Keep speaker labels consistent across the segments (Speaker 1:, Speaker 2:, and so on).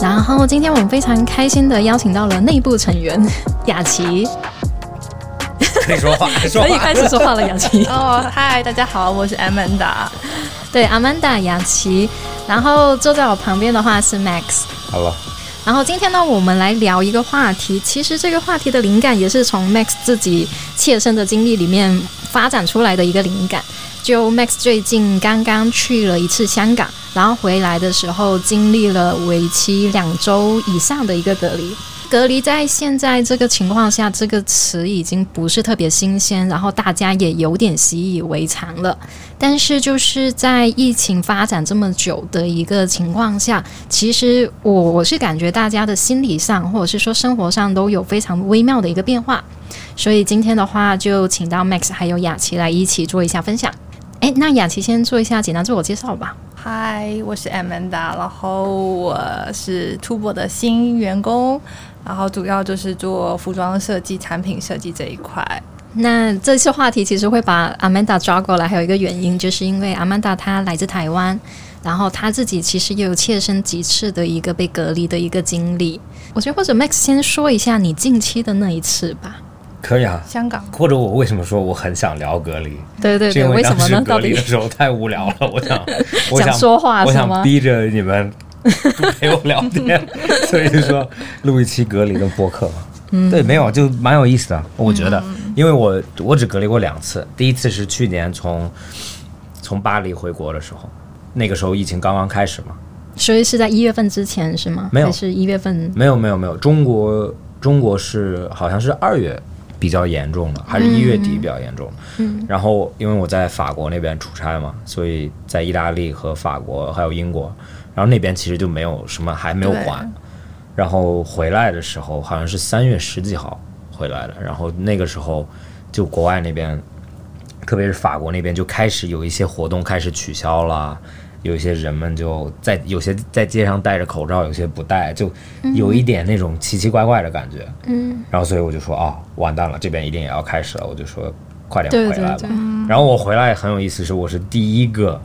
Speaker 1: 然后今天我们非常开心的邀请到了内部成员 雅琪，
Speaker 2: 哦
Speaker 3: 可以说 话，可以说
Speaker 1: 可以
Speaker 3: 话。
Speaker 1: 开始说话了，雅琪。
Speaker 2: 哦，嗨，大家好，我是 Amanda。
Speaker 1: 对，阿曼达、雅琪，然后坐在我旁边的话是 Max。
Speaker 3: 好了，
Speaker 1: 然后今天呢，我们来聊一个话题，其实这个话题的灵感也是从 Max 自己切身的经历里面发展出来的一个灵感。就 Max 最近刚刚去了一次香港，然后回来的时候经历了为期两周以上的一个隔离。隔离在现在这个情况下，这个词已经不是特别新鲜，然后大家也有点习以为常了。但是就是在疫情发展这么久的一个情况下，其实我我是感觉大家的心理上，或者是说生活上都有非常微妙的一个变化。所以今天的话，就请到 Max 还有雅琪来一起做一下分享。诶，那雅琪先做一下简单自我介绍吧。
Speaker 2: 嗨，我是 Amanda，然后我是 Tubo 的新员工，然后主要就是做服装设计、产品设计这一块。
Speaker 1: 那这次话题其实会把 Amanda 抓过来，还有一个原因，就是因为 Amanda 她来自台湾，然后她自己其实也有切身几次的一个被隔离的一个经历。我觉得或者 Max 先说一下你近期的那一次吧。
Speaker 3: 可以啊。
Speaker 2: 香港
Speaker 3: 或者我为什么说我很想聊隔离？
Speaker 1: 对对
Speaker 3: 是
Speaker 1: 对，
Speaker 3: 因
Speaker 1: 为什
Speaker 3: 当
Speaker 1: 么
Speaker 3: 时
Speaker 1: 呢？
Speaker 3: 隔
Speaker 1: 到
Speaker 3: 离
Speaker 1: 底
Speaker 3: 的时候太无聊了，我想，我
Speaker 1: 想
Speaker 3: 想
Speaker 1: 说话
Speaker 3: 我
Speaker 1: 是
Speaker 3: 想
Speaker 1: 吗
Speaker 3: 逼着 你们陪我聊天，所以就说录一期隔离的播客嘛。
Speaker 1: 嗯
Speaker 3: 对，没有，就蛮有意思的，我觉得，因为我我只隔离过两次，第一次是去年从从巴黎回国的时候，那个时候疫情刚刚开始嘛，
Speaker 1: 所以是在一月份之前是吗？
Speaker 3: 没有
Speaker 1: 还是一月份
Speaker 3: 没有没有没有，中国中国是好像是二月比较严重的，还是一月底比较严重。嗯，然后因为我在法国那边出差嘛，所以在意大利和法国还有英国，然后那边其实就没有什么还没有
Speaker 2: 对
Speaker 3: 管。然后回来的时候好像是三月十几号回来的，然后那个时候就国外那边，特别是法国那边就开始有一些活动开始取消了。有一些人们就在有些在街上戴着口罩，有些不戴，就
Speaker 1: 嗯
Speaker 3: 有一点那种奇奇怪怪的感觉。嗯，然后所以我就说啊、完蛋了，这边一定也要开始了。我就说快点
Speaker 1: 对
Speaker 3: 回来吧。
Speaker 1: 对对
Speaker 3: 然后我回来很有意思，是我是第一个，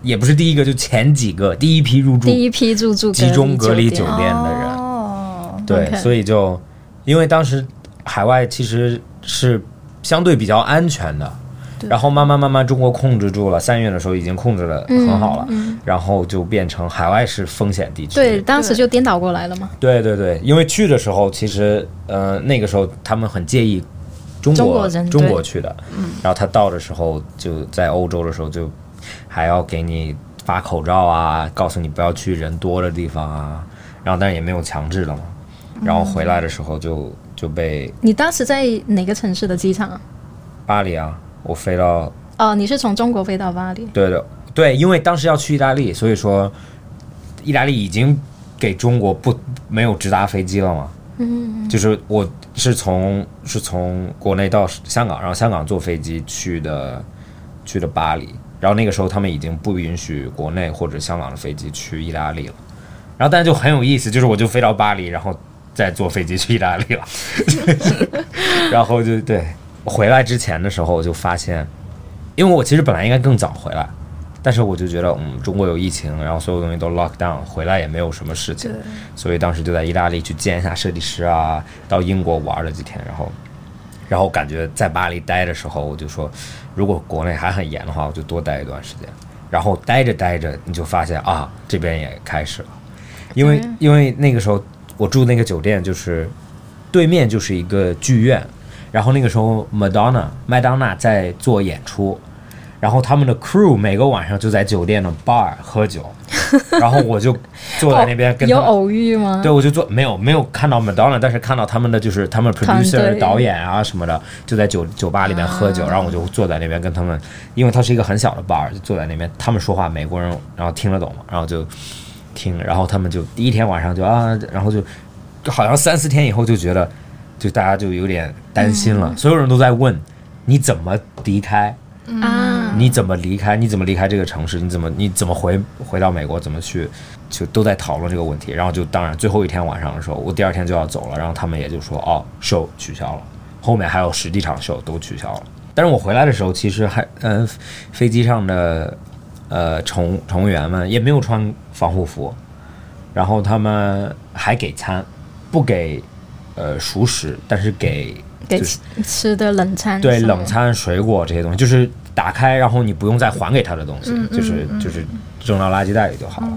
Speaker 3: 也不是第一个，就前几个第一批入住
Speaker 1: 第一批入住
Speaker 3: 集中隔离酒
Speaker 1: 店？
Speaker 3: 店的人。
Speaker 2: 哦，
Speaker 3: 对
Speaker 1: OK
Speaker 3: 所以就因为当时海外其实是相对比较安全的，然后慢慢慢慢中国控制住了，三月的时候已经控制了很好了，然后就变成海外是风险地区。
Speaker 1: 嗯对，当时就颠倒过来了嘛。
Speaker 3: 对对对，因为去的时候其实呃那个时候他们很介意中国
Speaker 1: 中国人
Speaker 3: 中国
Speaker 1: 对嗯
Speaker 3: 去的，然后他到的时候就在欧洲的时候就还要给你发口罩啊，告诉你不要去人多的地方啊，然后但是也没有强制了嘛，
Speaker 1: 嗯
Speaker 3: 然后回来的时候就就被
Speaker 1: 你当时在哪个城市的机场啊？
Speaker 3: 巴黎啊，我飞到
Speaker 1: 哦，你是从中国飞到巴黎？
Speaker 3: 对的，对，因为当时要去意大利，所以说意大利已经给中国不没有直达飞机了嘛。嗯，就是我是从是从国内到香港，然后香港坐飞机去的去的巴黎，然后那个时候他们已经不允许国内或者香港的飞机去意大利了。然后但是就很有意思，就是我就飞到巴黎，然后再坐飞机去意大利了。 然后就对回来之前的时候，我就发现，因为我其实本来应该更早回来，但是我就觉得，嗯，中国有疫情，然后所有东西都 lock down，回来也没有什么事情，所以当时就在意大利去见一下设计师啊，到英国玩了几天，然后。然后感觉在巴黎待的时候，我就说，如果国内还很严的话，我就多待一段时间。然后待着待着，你就发现啊，这边也开始了，因为因为那个时候我住那个酒店就是对面就是一个剧院，然后那个时候 Madonna 麦当娜在做演出，然后他们的 crew 每个晚上就在酒店的 bar 喝酒，然后我就坐在那边跟他
Speaker 1: 有
Speaker 3: 们
Speaker 1: 偶遇吗？
Speaker 3: 对，我就做没有没有看到 Madonna，但是看到他们的就是他们
Speaker 1: 团队
Speaker 3: producer 导演啊什么的，就在酒酒吧里面喝酒，然后我就坐在那边跟他们，因为它是一个很小的 bar，就坐在那边，他们说话美国人然后听得懂嘛，然后就听，然后他们就第一天晚上就啊，然后就好像三四天以后就觉得，就大家就有点担心了，
Speaker 1: 嗯
Speaker 3: 所有人都在问你怎么离开，
Speaker 1: 啊，
Speaker 3: 你怎么离开？你怎么离开这个城市？你怎么你怎么回回到美国？怎么去？就都在讨论这个问题。然后就当然最后一天晚上的时候，我第二天就要走了，然后他们也就说哦，show 取消了，后面还有十几场 show 都取消了。但是我回来的时候，其实还嗯、呃飞机上的呃乘乘务员们也没有穿防护服，然后他们还给餐，不给呃熟食，但是给
Speaker 1: 给
Speaker 3: 就是
Speaker 1: 吃吃嗯的冷餐，
Speaker 3: 对冷，餐、水果这些东西，就是打开，然后你不用再还给他的东西，就是就是扔到垃圾袋里就好了。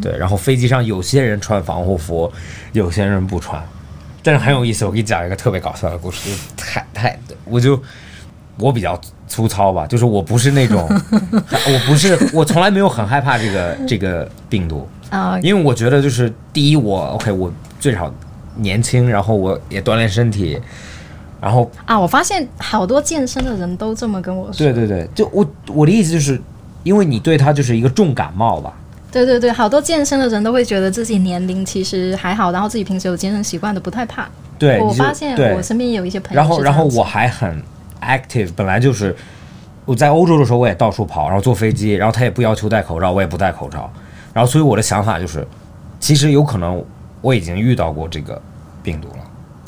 Speaker 3: 对，然后飞机上有些人穿防护服，有些人不穿，但是很有意思。我给你讲一个特别搞笑的故事，就是太太，我就我比较粗糙吧，就是我不是那种，我不是我从来没有很害怕这个这个病毒，
Speaker 1: 啊，
Speaker 3: 因为我觉得就是第一我 OK 我最少年轻，然后我也锻炼身体，然后
Speaker 1: 啊，我发现好多健身的人都这么跟我说。
Speaker 3: 对对对，就我我的意思就是，因为你对他就是一个重感冒吧，
Speaker 1: 对对对，好多健身的人都会觉得自己年龄其实还好，然后自己平时有健身习惯的不太怕。
Speaker 3: 对，
Speaker 1: 我
Speaker 3: 你就
Speaker 1: 发现
Speaker 3: 对
Speaker 1: 我身边有一些朋友
Speaker 3: 然后
Speaker 1: 是这
Speaker 3: 然
Speaker 1: 样
Speaker 3: 后
Speaker 1: 子
Speaker 3: 我还很 active，本来就是我在欧洲的时候我也到处跑，然后坐飞机，然后他也不要求戴口罩，我也不戴口罩，然后所以我的想法就是，其实有可能我已经遇到过这个病毒了。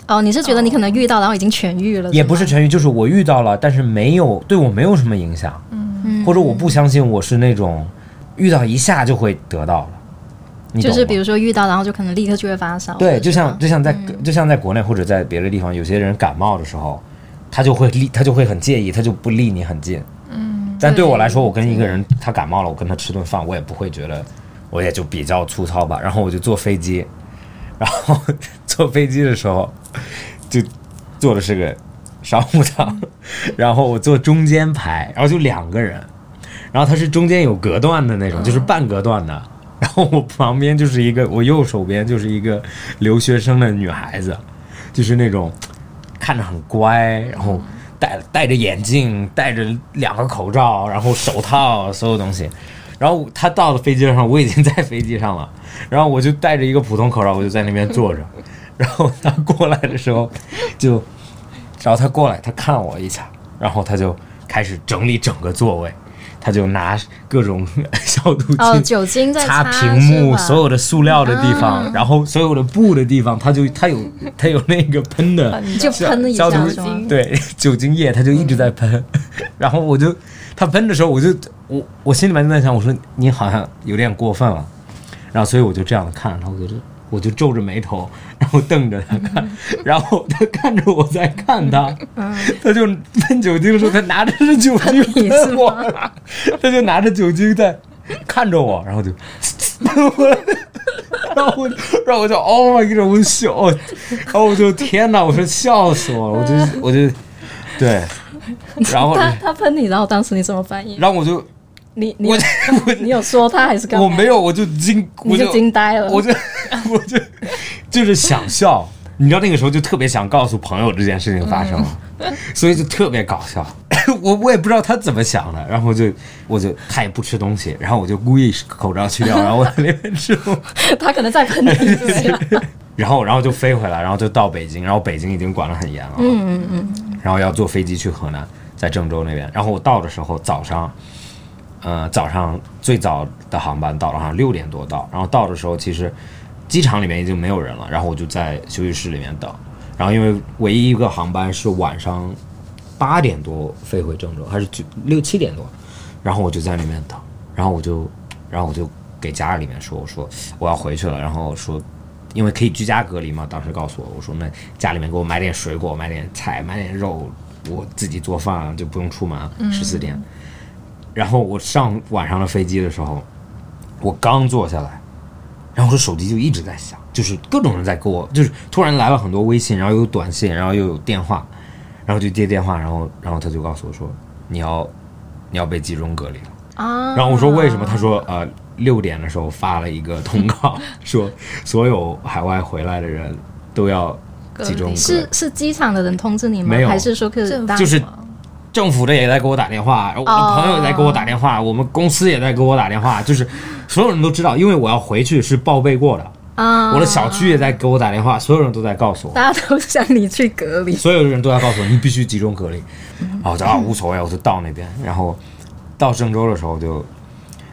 Speaker 1: 哦，你是觉得你可能遇到，然后已经痊愈了，
Speaker 3: 也不
Speaker 1: 吗
Speaker 3: 是痊愈，就是我遇到了，但是没有对我没有什么影响，嗯，或者我不相信我是那种遇到一下就会得到了，你懂
Speaker 1: 就
Speaker 3: 吗？
Speaker 1: 是比如说遇到，然后就可能立刻就会发烧。
Speaker 3: 对，就像就像在、就像在国内或者在别的地方，有些人感冒的时候，他就会离他就会很介意，他就不离你很近。嗯，但对我来说，我跟一个人他感冒了，我跟他吃顿饭，我也不会觉得，我也就比较粗糙吧。然后我就坐飞机，然后坐飞机的时候就坐的是个商务舱，然后我坐中间排，然后就两个人，然后它是中间有隔断的那种，就是半隔断的。然后我旁边就是一个，我右手边就是一个留学生的女孩子，就是那种看着很乖，然后戴戴着眼镜，戴着两个口罩，然后手套，所有东西。然后她到了飞机上，我已经在飞机上了，然后我就戴着一个普通口罩，我就在那边坐着。 然后她过来的时候，就，然后她过来，她看我一下，然后她就开始整理整个座位，她就拿各种 消毒
Speaker 1: 哦，
Speaker 3: 巾
Speaker 1: 酒精在
Speaker 3: 擦屏
Speaker 1: 是啊
Speaker 3: 幕
Speaker 1: 吧
Speaker 3: 所有的塑料的地方，然后所有的布的地方，它就它有它有那个喷的
Speaker 1: 就喷了一
Speaker 3: 消
Speaker 1: 下
Speaker 3: 毒
Speaker 1: 是吗？
Speaker 3: 对酒精液，它就一直在喷。 然后我就它喷的时候，我就我我心里面就在想，我说你好像有点过分了。然后所以我就这样看着他，我就我就皱着眉头，然后瞪着他看，
Speaker 1: 嗯
Speaker 3: 然后他看着我在看他，他就喷酒精的时候，他拿着是酒精
Speaker 1: 你是
Speaker 3: 喷我，他就拿着酒精在看着我，然后就喷我。然后我，然后我就哦，一种我就笑，然后我就天哪，我说笑死我了，我就我就对，然后
Speaker 1: 嗯他他喷你，然后当时你什么反应？
Speaker 3: 然后我就
Speaker 1: 你你
Speaker 3: 我
Speaker 1: 你有说他还是干
Speaker 3: 我
Speaker 1: 嘛？
Speaker 3: 我没有，我就惊，我
Speaker 1: 你就惊呆 了。
Speaker 3: 我就我就就是想笑，你知道那个时候就特别想告诉朋友这件事情发生了，所以就特别搞笑。 我我也不知道他怎么想的，然后就我就他也不吃东西，然后我就故意口罩去掉，然后我在那边吃东西。
Speaker 1: 他可能在 喷你一
Speaker 3: 哎
Speaker 1: 下。
Speaker 3: 然后然后就飞回来，然后就到北京，然后北京已经管得很严了，嗯嗯嗯，然后要坐飞机去河南，在郑州那边，然后我到的时候早上，呃，早上最早的航班到了，好像六点多到，然后到的时候其实机场里面已经没有人了，然后我就在休息呃室里面等，然后因为唯一一个航班是晚上八点多飞回郑州，还是九六七点多，然后我就在那边等，然后我就，然后我就给家里面说，我说我要回去了，然后说，因为可以居家隔离嘛，当时告诉我，我说那家里面给我买点水果，买点菜，买点肉，我自己做饭就不用出门，十四点。然后我上晚上的飞机的时候，我刚坐下来，然后我手机就一直在响，就是各种人在给我，就是突然来了很多微信，然后又有短信，然后又有电话，然后就接电话，然后然后他就告诉我说你要你要被集中隔离了。
Speaker 1: 啊
Speaker 3: 然后我说为什么？他说呃六点的时候发了一个通告， 说所有海外回来的人都要集中隔离。
Speaker 1: 是是机场的人通知你吗
Speaker 3: 没？有
Speaker 1: 还是说可是当
Speaker 3: 就是政府的也在给我打电话，我的朋友也在给我打电话，我们公司也在给我打电话，就是所有人都知道，因为我要回去是报备过的，
Speaker 1: 啊
Speaker 3: 我的小区也在给我打电话，所有人都在告诉我，
Speaker 1: 大家都想你去隔离，
Speaker 3: 所有人都在告诉我你必须集中隔离。然后我就啊无所谓，我就到那边，然后到郑州的时候就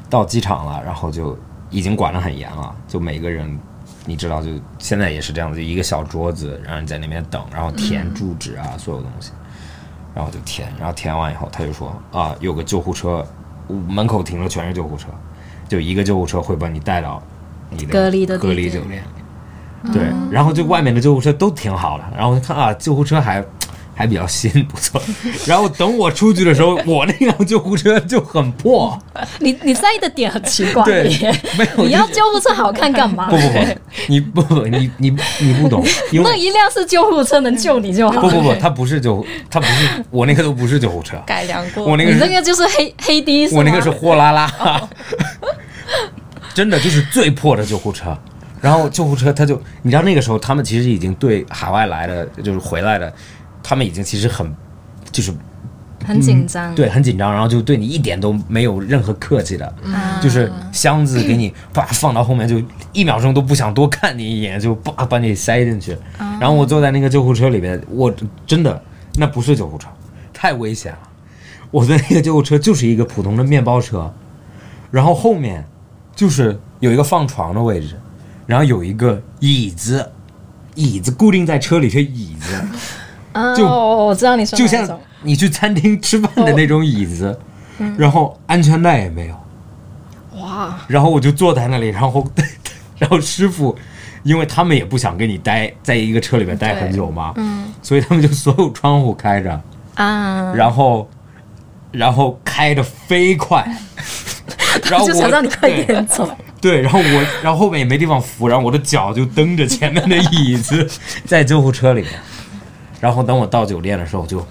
Speaker 3: 到机场了，然后就已经管得很严了，就每个人你知道就现在也是这样子，就一个小桌子，然后你在那边等，然后填住址啊、所有东西，然后就填，然后填完以后他就说啊有个救护车，门口停的全是救护车，就一个救护车会把你带到你的
Speaker 1: 隔离的地
Speaker 3: 隔离
Speaker 1: 点嗯
Speaker 3: 酒店。对，然后就外面的救护车都挺好的，然后我看啊，救护车还 还比较新，不错。然后等我出去的时候，我那辆救护车就很破，
Speaker 1: 你你在意的点很奇怪
Speaker 3: 对
Speaker 1: 耶，
Speaker 3: 没有。
Speaker 1: 你要
Speaker 3: 就是
Speaker 1: 救护车好看干嘛？
Speaker 3: 不不不，你不不你你你 不懂，因
Speaker 1: 那
Speaker 3: 为
Speaker 1: 一辆是救护车，能救你就好。
Speaker 3: 不不不，它不是救，它不是我那个都不是救护车，
Speaker 2: 改良过。
Speaker 3: 我那个
Speaker 1: 你
Speaker 3: 是
Speaker 1: 那个就是哦黑黑的，
Speaker 3: 我那个是
Speaker 1: 吗
Speaker 3: 货拉拉， 真的就是最破的救护车。然后救护车他就，你知道那个时候他们其实已经对海外来的就是回来的，他们已经其实很就是
Speaker 1: 很紧张，
Speaker 3: 嗯对，很紧张，然后就对你一点都没有任何客气的，
Speaker 1: 嗯
Speaker 3: 就是箱子给你叭放到后面，就一秒钟都不想多看你一眼，就叭把你塞进去。
Speaker 1: 嗯
Speaker 3: 然后我坐在那个救护车里边，我真的那不是救护车，太危险了。我的那个救护车就是一个普通的面包车，然后后面就是有一个放床的位置，然后有一个椅子，椅子固定在车里是椅子。
Speaker 1: 啊，
Speaker 3: 就
Speaker 1: 我我知道你说
Speaker 3: 就
Speaker 1: 哪一
Speaker 3: 像哦
Speaker 1: 种，
Speaker 3: 你去餐厅吃饭的那种椅
Speaker 1: 哦
Speaker 3: 子，然后安全带也没有，
Speaker 1: 嗯哇，
Speaker 3: 然后我就坐在那里，然后 然后师傅，因为他们也不想跟你待在一个车里面待很久嘛，
Speaker 1: 嗯
Speaker 3: 所以他们就所有窗户开着，
Speaker 1: 啊，
Speaker 3: 然后然后开的 飞快，然后
Speaker 1: 就
Speaker 3: 我
Speaker 1: 想让你快
Speaker 3: 对
Speaker 1: 点走，
Speaker 3: 对，然后我，然后后面也没地方扶，然后我的脚就蹬着前面的椅子 在救护车里面。然后等我到酒店的时候就，就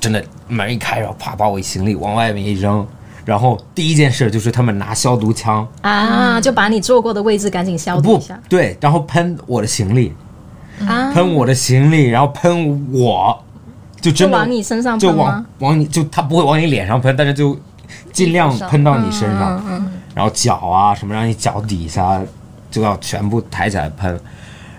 Speaker 3: 真的门一开，然后啪把我行李往外面一扔，然后第一件事就是他们拿消毒枪，
Speaker 1: 啊，就把你坐过的位置赶紧消毒
Speaker 3: 嗯不
Speaker 1: 一下
Speaker 3: 对，然后喷我的行李，
Speaker 1: 啊，
Speaker 3: 喷我的行李，然后喷我，就
Speaker 1: 就
Speaker 3: 真的
Speaker 1: 往你身上
Speaker 3: 就
Speaker 1: 喷
Speaker 3: 往
Speaker 1: 吗？
Speaker 3: 往你就他不会往你脸上喷，但是就尽量喷到你身
Speaker 1: 嗯
Speaker 3: 上，然后脚啊什么，让你脚底下就要全部抬起来喷，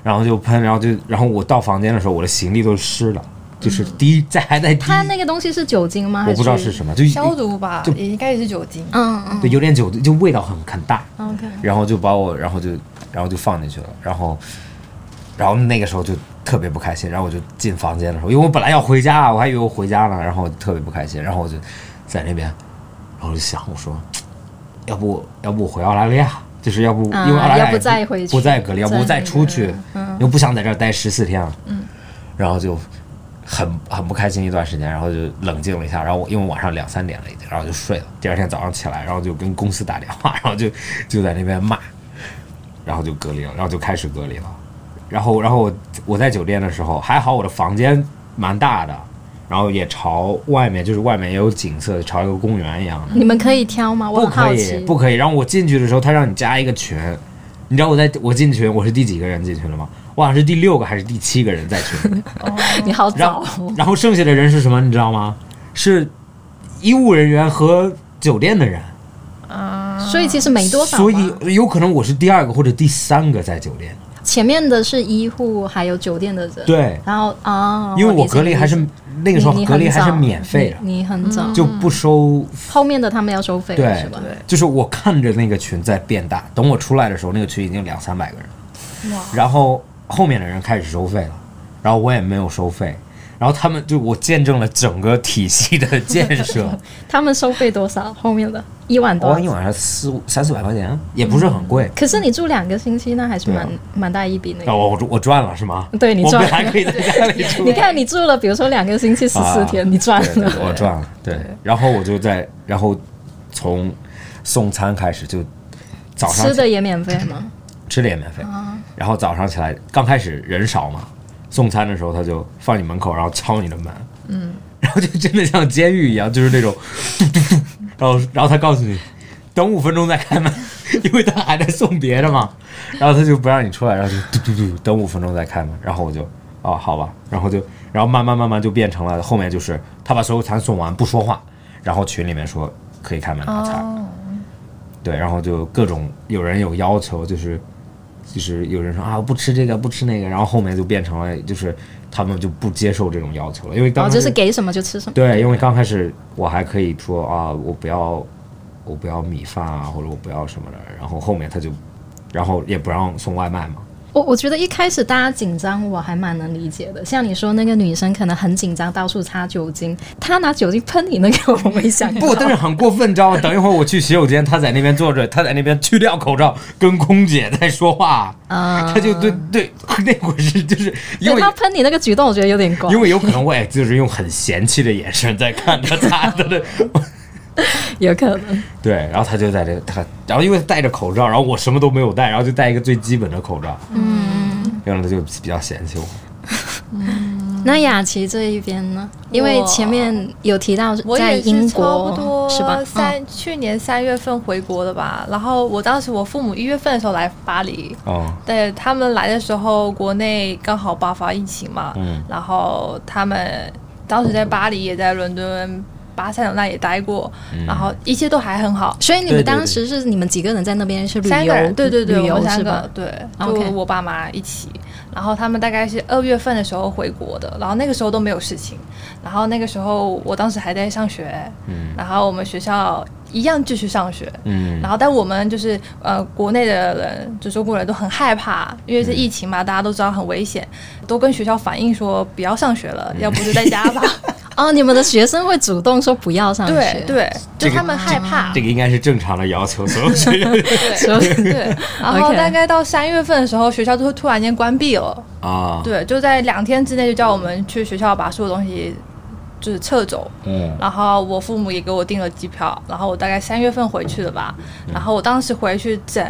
Speaker 3: 然后就喷，然后就然后我到房间的时候，我的行李都是湿的，就是滴在还在滴，
Speaker 1: 嗯它那个东西是酒精吗？
Speaker 3: 我不知道是
Speaker 1: 么。
Speaker 3: 什么，就
Speaker 2: 消毒吧
Speaker 3: 就，
Speaker 2: 也应该也是酒精。
Speaker 1: 嗯嗯
Speaker 3: 对，有点酒，就味道很很大，
Speaker 1: ，OK，
Speaker 3: 然后就把我，然后就然后就放进去了，然后然后那个时候就特别不开心，然后我就进房间的时候，因为我本来要回家，啊我还以为我回家呢，然后我就特别不开心，然后我就在那边，然后我就想，我说，要不要不我回澳大利亚？就是要不
Speaker 1: 啊
Speaker 3: 因为澳大利亚
Speaker 1: 要不
Speaker 3: 也
Speaker 1: 再回去
Speaker 3: 不再隔离，要不
Speaker 1: 再
Speaker 3: 再
Speaker 1: 那嗯
Speaker 3: 出去，又不想在这儿待十四天了，然后就很很不开心一段时间，然后就冷静了一下，然后我因为晚上两三点了已经，然后就睡了。第二天早上起来，然后就跟公司打电话， 然后就就在那边骂，然后就隔离了，然后就开始隔离了。然后，然后我我在酒店的时候，还好我的房间蛮大的，然后也朝外面，就是外面也有景色，朝一个公园一样的。
Speaker 1: 你们可以挑吗？我
Speaker 3: 不
Speaker 1: 很
Speaker 3: 可
Speaker 1: 好
Speaker 3: 以
Speaker 1: 奇，，
Speaker 3: 不可以。然后我进去的时候，他让你加一个群，你知道我在我进群，我是第几个人进群了吗？我好像是第六个还是第七个人在 群里面
Speaker 1: 你好
Speaker 3: 然
Speaker 1: 早
Speaker 3: 后，然后剩下的人是什么？你知道吗？是医务人员和酒店的人，
Speaker 1: 啊所以其实没多少嘛。
Speaker 3: 所以有可能我是第二个或者第三个在酒店。
Speaker 1: 前面的是医护，还有酒店的人。，
Speaker 3: 对，
Speaker 1: 然后啊，
Speaker 3: 因为
Speaker 1: 理
Speaker 3: 我
Speaker 1: 解
Speaker 3: 隔离
Speaker 1: 你
Speaker 3: 还
Speaker 1: 意
Speaker 3: 是
Speaker 1: 思
Speaker 3: 那个
Speaker 1: 你
Speaker 3: 时候
Speaker 1: 你
Speaker 3: 隔离
Speaker 1: 很
Speaker 3: 还是
Speaker 1: 早嗯
Speaker 3: 免费的，
Speaker 1: 你很早，
Speaker 3: 就不收。
Speaker 1: 后面的他们要收费了
Speaker 3: 对
Speaker 1: 哎是吧？，
Speaker 3: 就是我看着那个群在变大，等我出来的时候，那个群已经两三百个人了。
Speaker 2: 哇，
Speaker 3: 然后后面的人开始收费了，然后我也没有收费，然后他们就我见证了整个体系的 建设。
Speaker 1: 他们收费多少？后面的一万多
Speaker 3: 我。一晚上四五三四百块钱，也不是很贵。
Speaker 1: 可是你住两个星期，那还是蛮
Speaker 3: 对啊
Speaker 1: 蛮大一笔那
Speaker 3: 那
Speaker 1: 个。
Speaker 3: 我我赚了是吗？
Speaker 1: 对你
Speaker 3: 我
Speaker 1: 赚
Speaker 3: 本来可以在家 里住，
Speaker 1: 你看，你住了，比如说两个星期十四天，你赚
Speaker 3: 对对
Speaker 1: 了。
Speaker 3: 对我赚了。对，然后我就在，然后从送餐开始就早 上
Speaker 1: 吃的也免费吗？
Speaker 3: 吃的也免费，然后早上起来刚开始人少嘛，送餐的时候他就放你门口，然后敲你的门，嗯，然后就真的像监狱一样，就是那种嘟嘟嘟，然后然后他告诉你等五分钟再开门，因为他还在送别的嘛，然后他就不让你出来，然后就嘟嘟嘟等五分钟再开门，然后我就哦好吧，然后就然后慢慢慢慢就变成了后面就是他把所有餐送完不说话，然后群里面说可以开门拿餐，
Speaker 2: 哦，
Speaker 3: 对，然后就各种有人有要求，就是就是有人说啊不吃这个不吃那个，然后后面就变成了就是他们就不接受这种要求了，因为
Speaker 1: 然
Speaker 3: 刚
Speaker 1: 后哦
Speaker 3: 开
Speaker 1: 就
Speaker 3: 始、
Speaker 1: 是给什么就吃什么。
Speaker 3: 对，因为刚开始我还可以说啊我不要我不要米饭啊或者我不要什么的，然后后面他就然后也不让送外卖嘛，
Speaker 1: 我我觉得一开始大家紧张，我还蛮能理解的。像你说那个女生可能很紧张，到处擦酒精，她拿酒精喷你那个，我没想到。
Speaker 3: 不，但是很过分，你知道吗？等一会儿我去洗手间，他在那边坐着，他在那边去掉口罩，跟空姐在说话，
Speaker 1: 啊
Speaker 3: 他就对对， 那会儿是就是 因
Speaker 1: 对
Speaker 3: 为
Speaker 1: 她喷你那个举动，我觉得有点怪
Speaker 3: 因，为有可能我也就是用很嫌弃的眼神在看他擦他 的，
Speaker 1: 有可能。
Speaker 3: 对，然后他就在这他，然后因为戴着口罩，然后我什么都没有戴，然后就戴一个最基本的口罩，嗯，然后他就比较嫌弃我。
Speaker 1: 那雅琪这一边呢？因为前面有提到
Speaker 2: 我
Speaker 1: 在
Speaker 2: 也是
Speaker 1: 英
Speaker 2: 差不
Speaker 1: 国
Speaker 2: 多
Speaker 1: 是吧？嗯
Speaker 2: 三、去年三月份回国的吧，然后我当时我父母一月份的时候来巴黎，
Speaker 3: 哦，
Speaker 2: 对他们来的时候，国内刚好爆发疫情嘛，
Speaker 3: 嗯
Speaker 2: 然后他们当时在巴黎也在伦敦、巴塞罗那也待过，
Speaker 3: 嗯
Speaker 2: 然后一切都还很好。
Speaker 1: 所以你
Speaker 3: 对对
Speaker 1: 们
Speaker 3: 对
Speaker 1: 当时是你们几个人在那边是旅游？
Speaker 2: 三个人，对对对，
Speaker 1: 旅
Speaker 2: 我
Speaker 1: 游
Speaker 2: 们三
Speaker 1: 是
Speaker 2: 个
Speaker 1: 吧？，
Speaker 2: 对，
Speaker 1: OK
Speaker 2: 就我爸妈一起。然后他们大概是二月份的时候回国的，然后那个时候都没有事情。然后那个时候我当时还在上学，
Speaker 3: 嗯
Speaker 2: 然后我们学校一样继续上学，
Speaker 3: 嗯
Speaker 2: 然后，但我们就是呃，国内的人，就中国人都很害怕，因为是疫情嘛，大家都知道很危险，都跟学校反映说不要上学了，要不就在家吧。
Speaker 1: 哦，你们的学生会主动说不要上学
Speaker 2: 对，对，
Speaker 3: 这
Speaker 2: 就
Speaker 3: 个
Speaker 2: 他们害怕。
Speaker 3: 这个应该是正常的要求，所有学生
Speaker 1: 所以
Speaker 2: 对，然后
Speaker 1: OK
Speaker 2: 大概到三月份的时候，学校就会突然间关闭了。
Speaker 3: 啊，，
Speaker 2: 对，就在两天之内就叫我们去学校把所有东西就是撤走。
Speaker 3: 嗯
Speaker 2: 然后我父母也给我订了机票，然后我大概三月份回去的吧。然后我当时回去整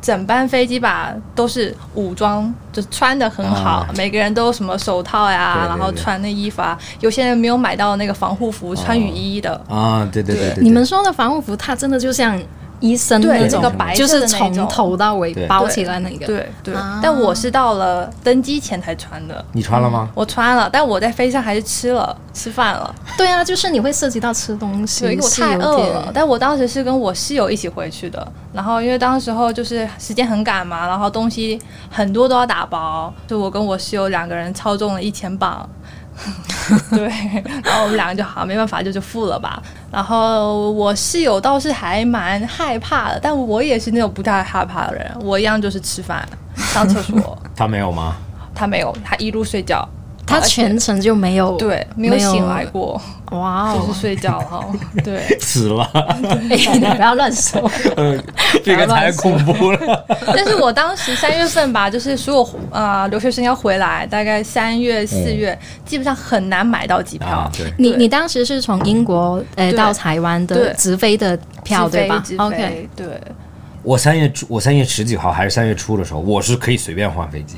Speaker 2: 整班飞机吧都是武装，就穿的很好，
Speaker 3: 啊
Speaker 2: 每个人都有什么手套呀，
Speaker 3: 对对
Speaker 2: 然后
Speaker 3: 对
Speaker 2: 穿那衣服啊。有些人没有买到那个防护
Speaker 3: 哦
Speaker 2: 服，穿雨衣的。
Speaker 3: 啊，对对对对，对
Speaker 1: 你们说的防护服，它真的就像医生
Speaker 2: 对
Speaker 1: 那
Speaker 3: 这
Speaker 1: 种
Speaker 3: 个，
Speaker 2: 白
Speaker 1: 就是
Speaker 2: 色的那
Speaker 1: 从
Speaker 2: 种
Speaker 1: 头到尾
Speaker 3: 对
Speaker 1: 包起来那个。
Speaker 2: 对对，
Speaker 1: 啊
Speaker 2: 但我是到了登机前才穿的。
Speaker 3: 你穿了吗？
Speaker 2: 我穿了，但我在飞机上还是吃了吃饭了，
Speaker 1: 对啊，就是你会涉及到吃东西，
Speaker 2: 对，因为我
Speaker 1: 是
Speaker 2: 太
Speaker 1: 有
Speaker 2: 饿
Speaker 1: 点
Speaker 2: 了。但我当时是跟我室友一起回去的，然后因为当时候就是时间很赶嘛，然后东西很多都要打包，就我跟我室友两个人超重了一千磅。 对，然后我们两个就好，没办法，就就付了吧。然后我室友倒是还蛮害怕的，但我也是那种不太害怕的人，我一样就是吃饭、上厕所，
Speaker 3: 他没有吗？
Speaker 2: 他没有，他一路睡觉，
Speaker 1: 他
Speaker 2: 而且
Speaker 1: 全程就没有
Speaker 2: 对没有醒来过，
Speaker 1: 哇
Speaker 2: 就
Speaker 1: 哦
Speaker 2: 是！睡觉哈。对，
Speaker 3: 死了，
Speaker 1: 哎你不要乱 说，
Speaker 3: 嗯， 这个太恐怖了。
Speaker 2: 但是我当时三月份吧，就是所有呃留学生要回来，大概三月四月，
Speaker 1: 嗯
Speaker 2: 基本上很难买到机票
Speaker 3: 啊，。对，
Speaker 1: 你
Speaker 2: 对
Speaker 1: 你当时是从英国呃
Speaker 2: 对
Speaker 1: 到台湾的
Speaker 2: 对
Speaker 1: 直飞的票
Speaker 2: 直飞
Speaker 1: 对吧
Speaker 2: 直飞
Speaker 1: ？OK，
Speaker 2: 对，
Speaker 3: 我三月初，我三月十几号还是三月初的时候，我是可以随便换飞机，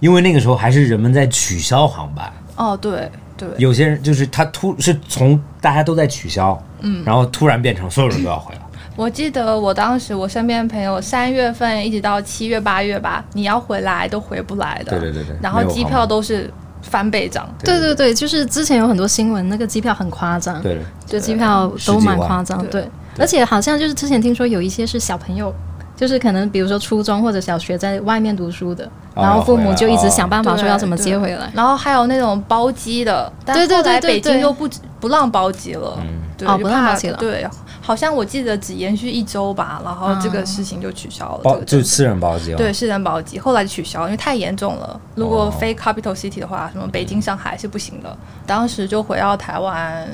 Speaker 3: 因为那个时候还是人们在取消航班，
Speaker 2: 哦对对，
Speaker 3: 有些人就是他突是从大家都在取消，嗯，然后突然变成所有人都要回来，
Speaker 2: 我记得我当时我身边朋友三月份一直到七月八月吧，你要回来都回不来的。
Speaker 3: 对对对对
Speaker 2: 然后
Speaker 3: 没有
Speaker 2: 机
Speaker 3: 航
Speaker 2: 票
Speaker 3: 班
Speaker 2: 都是翻倍涨。
Speaker 1: 对对对，就是之前有很多新闻，那个机票很夸
Speaker 2: 嗯
Speaker 1: 张，
Speaker 3: 对，
Speaker 1: 就机票都蛮夸张，
Speaker 2: 对
Speaker 1: 对，而且好像就是之前听说有一些是小朋友。就是可能，比如说初中或者小学在外面读书的，
Speaker 3: 哦
Speaker 1: 然后父母
Speaker 3: 要回来
Speaker 1: 就一直
Speaker 3: 哦
Speaker 1: 想办法说要怎么接回来。
Speaker 2: 然后还有那种包机的，但
Speaker 1: 对对
Speaker 2: 后来
Speaker 1: 对对
Speaker 2: 北京
Speaker 1: 对
Speaker 2: 又不不让包机了，
Speaker 3: 嗯
Speaker 2: 对，
Speaker 1: 哦
Speaker 2: 就
Speaker 1: 不让
Speaker 2: 怕
Speaker 1: 包机了
Speaker 2: 对，好像我记得只延续一周吧，然后这
Speaker 1: 啊
Speaker 2: 个事情就取消了，这
Speaker 3: 包
Speaker 2: 个
Speaker 3: 就
Speaker 2: 政
Speaker 3: 是
Speaker 2: 策
Speaker 3: 私人包机了，
Speaker 2: 对，，是人保机，后来取消，因为太严重了。如果
Speaker 3: 哦嗯
Speaker 2: 非 capital city 的话，什么北京、上海是不行的。当时就回到台湾，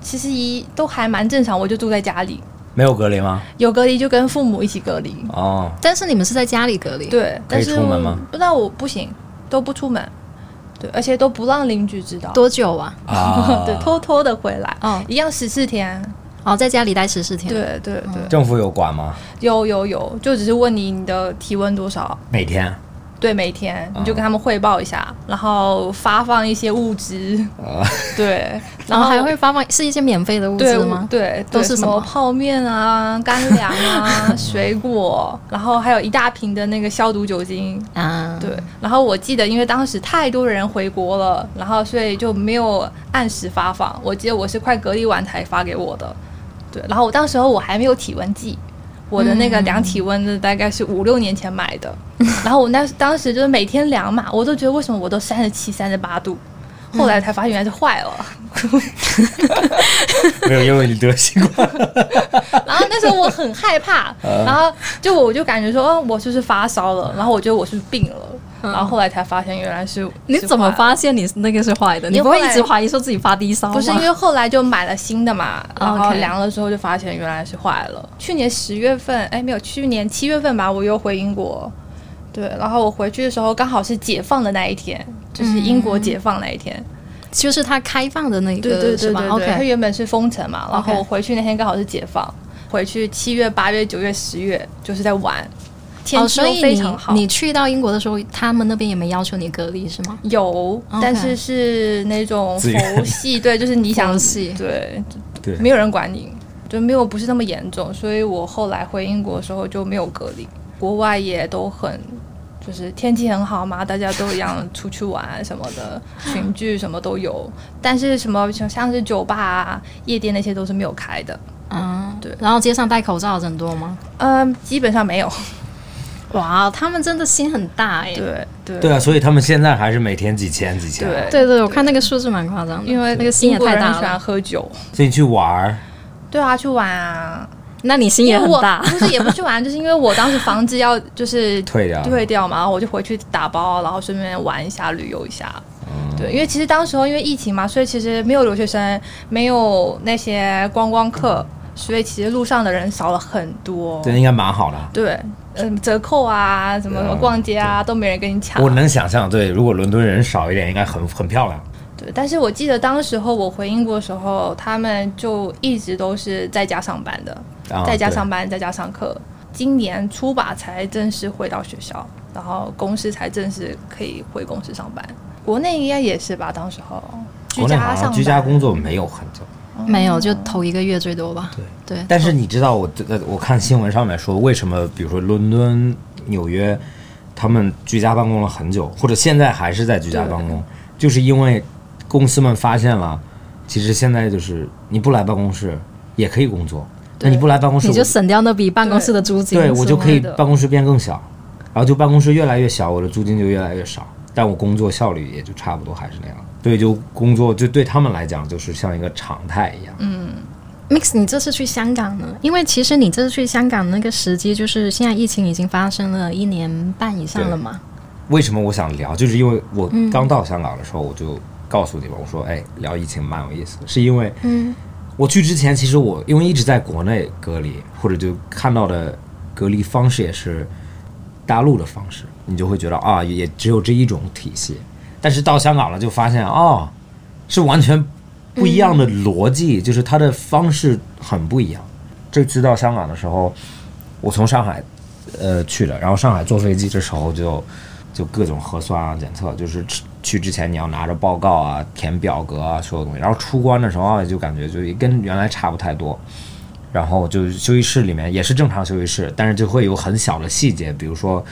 Speaker 2: 其实一都还蛮正常，我就住在家里，
Speaker 3: 没有隔离吗？
Speaker 2: 有隔离就跟父母一起隔离。
Speaker 3: 哦，
Speaker 1: 但是你们是在家里隔离，
Speaker 2: 对，
Speaker 3: 可
Speaker 2: 但
Speaker 3: 以
Speaker 2: 是
Speaker 3: 出门吗
Speaker 2: 不知道我不行，都不出门，对，而且都不让邻居知道，，
Speaker 1: 多久啊？
Speaker 3: 啊
Speaker 2: 对，偷偷的回来，
Speaker 1: 哦
Speaker 2: 一样十四天，嗯
Speaker 1: 哦，在家里待十四天。
Speaker 2: 嗯对对对，
Speaker 3: 政府有管吗？
Speaker 2: 有有有，就只是问你你的体温多少，
Speaker 3: 每天
Speaker 2: 对，每天你就跟他们汇报一下，然后发放一些物资，
Speaker 3: 啊，
Speaker 2: 对，
Speaker 1: 然后还会发放是一些免费的物
Speaker 2: 对
Speaker 1: 资吗？
Speaker 2: 对，
Speaker 1: 都
Speaker 2: 对
Speaker 1: 是
Speaker 2: 什
Speaker 1: 什么
Speaker 2: 泡面 啊、干粮啊、水果，然后还有一大瓶的那个消毒酒精。
Speaker 1: 啊，
Speaker 4: 嗯
Speaker 2: 对，然后我记得，因为当时太多人回国了，然后所以就没有按时发放。 我记得我是快隔离完才发给我的，对。然后我当时候我还没有体温计，我的那个量体温的大概是五六年前买的，然后我那当时就是每天量嘛，我都觉得为什么我都三十七、三十八度，
Speaker 4: 嗯
Speaker 2: 后来才发现原来是坏了。
Speaker 3: 没有，因为你得新 冠，
Speaker 2: 然后那时候我很害怕，
Speaker 4: 嗯
Speaker 2: 然后就我就感觉说，哦，我就是发烧了，然后我觉得我是病了，然后后来才发现原来是
Speaker 4: 嗯你怎么？
Speaker 2: 是坏了
Speaker 4: 发现你那个是坏的？
Speaker 2: 因为
Speaker 4: 你不会一直怀疑说自己发低烧吗？
Speaker 2: 哦不是因为后来就买了新的嘛，
Speaker 1: 哦
Speaker 2: 然后
Speaker 4: OK
Speaker 2: 量了之后就发现原来是坏了。去年十月份，哎，没有，去年七月份吧，我又回英国，对，然后我回去的时候刚好是解放的那一天，就是英国解放那一天，
Speaker 1: 就是它开放的那个，
Speaker 2: 对对
Speaker 1: 是
Speaker 2: 对
Speaker 1: 吧
Speaker 2: 对对，它
Speaker 1: ？OK，
Speaker 2: 原本是封城嘛，然
Speaker 1: OK
Speaker 2: 后回去那天刚好是解放，回去七月、八月、九月、十月就是在玩，天
Speaker 1: 哦，
Speaker 2: 气
Speaker 1: 所
Speaker 2: 都
Speaker 1: 以
Speaker 2: 非
Speaker 1: 你
Speaker 2: 常好。
Speaker 1: 你去到英国的时候，他们那边也没要求你隔离是吗？
Speaker 2: 有
Speaker 1: OK
Speaker 2: 但是是那种
Speaker 3: 自愿
Speaker 2: 佛系，对，就是你想
Speaker 1: 佛系
Speaker 2: 对
Speaker 3: 对
Speaker 2: 没有人管你，就没有不是那么严重，所以我后来回英国的时候就没有隔离，国外也都很。就是天气很好嘛，大家都一样出去玩什么的，群聚什么都有。但是什么像像是酒吧、啊、夜店那些都是没有开的，
Speaker 1: 啊，
Speaker 2: 对
Speaker 1: 然后街上戴口罩的人多吗？
Speaker 2: 嗯，基本上没有。
Speaker 1: 哇，他们真的心很大哎、
Speaker 2: 对对
Speaker 3: 对啊，所以他们现在还是每天几千几千。，
Speaker 2: 对，
Speaker 1: 对对，我看那个数字蛮夸张的，
Speaker 2: 因为
Speaker 1: 那个心也
Speaker 2: 英国
Speaker 1: 太
Speaker 2: 人
Speaker 1: 大
Speaker 2: 很喜欢
Speaker 1: 了。
Speaker 2: 喝酒。
Speaker 3: 所以你去玩儿，
Speaker 2: 对啊，去玩啊，
Speaker 1: 那你心也
Speaker 2: 因为
Speaker 1: 很
Speaker 2: 我
Speaker 1: 大
Speaker 2: 不是也不去玩，就是因为我当时房子要就是
Speaker 3: 退掉
Speaker 2: 退掉嘛，然后我就回去打包，然后顺便玩一下、旅游一下。
Speaker 3: 嗯
Speaker 2: 对，因为其实当时候因为疫情嘛，所以其实没有留学生，没有那些观光客，所以其实路上的人少了很多。
Speaker 3: 这应该蛮好的。
Speaker 2: 对，嗯，折扣啊，什么什么逛街啊，都没人跟你抢。
Speaker 3: 我能想象，对，如果伦敦人少一点，应该很很漂亮。
Speaker 2: 对，但是我记得当时候我回英国的时候，他们就一直都是在家上班的，
Speaker 3: 啊
Speaker 2: 在家
Speaker 3: 对
Speaker 2: 上班，在家上课。今年初吧才正式回到学校，然后公司才正式可以回公司上班。国内应该也是吧，当时候居
Speaker 3: 国内好
Speaker 2: 家上
Speaker 3: 像
Speaker 2: 班，
Speaker 3: 居家工作没有很久，
Speaker 1: 没有，就头一个月最多吧。对对，
Speaker 3: 但是你知道我这个我看新闻上面说，为什么比如说伦敦、纽约，他们居家办公了很久，或者现在还是在居家办公，就是因为公司们发现了，其实现在就是你不来办公室也可以工作，那你不来办公室
Speaker 1: 你就
Speaker 3: 我
Speaker 1: 省掉那笔办公室的租金。啊
Speaker 3: 对我就可以
Speaker 2: 之类的
Speaker 3: 办公室变更小，然后就办公室越来越小，我的租金就越来越少，但我工作效率也就差不多还是那样。所以就工作就对他们来讲就是像一个常态一样。
Speaker 1: Mix，你这次去香港呢？因为其实你这次去香港那个时机，就是现在疫情已经发生了一年半以上了嘛。
Speaker 3: 为什么我想聊，就是因为我刚到香港的时候，我就告诉你们，我说，哎，聊疫情蛮有意思，是因为，
Speaker 1: 嗯，
Speaker 3: 我去之前，其实我因为一直在国内隔离，或者就看到的隔离方式也是大陆的方式，你就会觉得啊，也只有这一种体系。但是到香港了，就发现哦，是完全不一样的逻辑，就是它的方式很不一样。这次到香港的时候，我从上海呃去的，然后上海坐飞机的时候就就各种核酸啊检测，就是去去之前你要拿着报告啊、填表格啊所有东西，然后出关的时候啊就感觉就跟原来差不太多。然后就休息室里面也是正常休息室，但是就会有很小的细节，比如说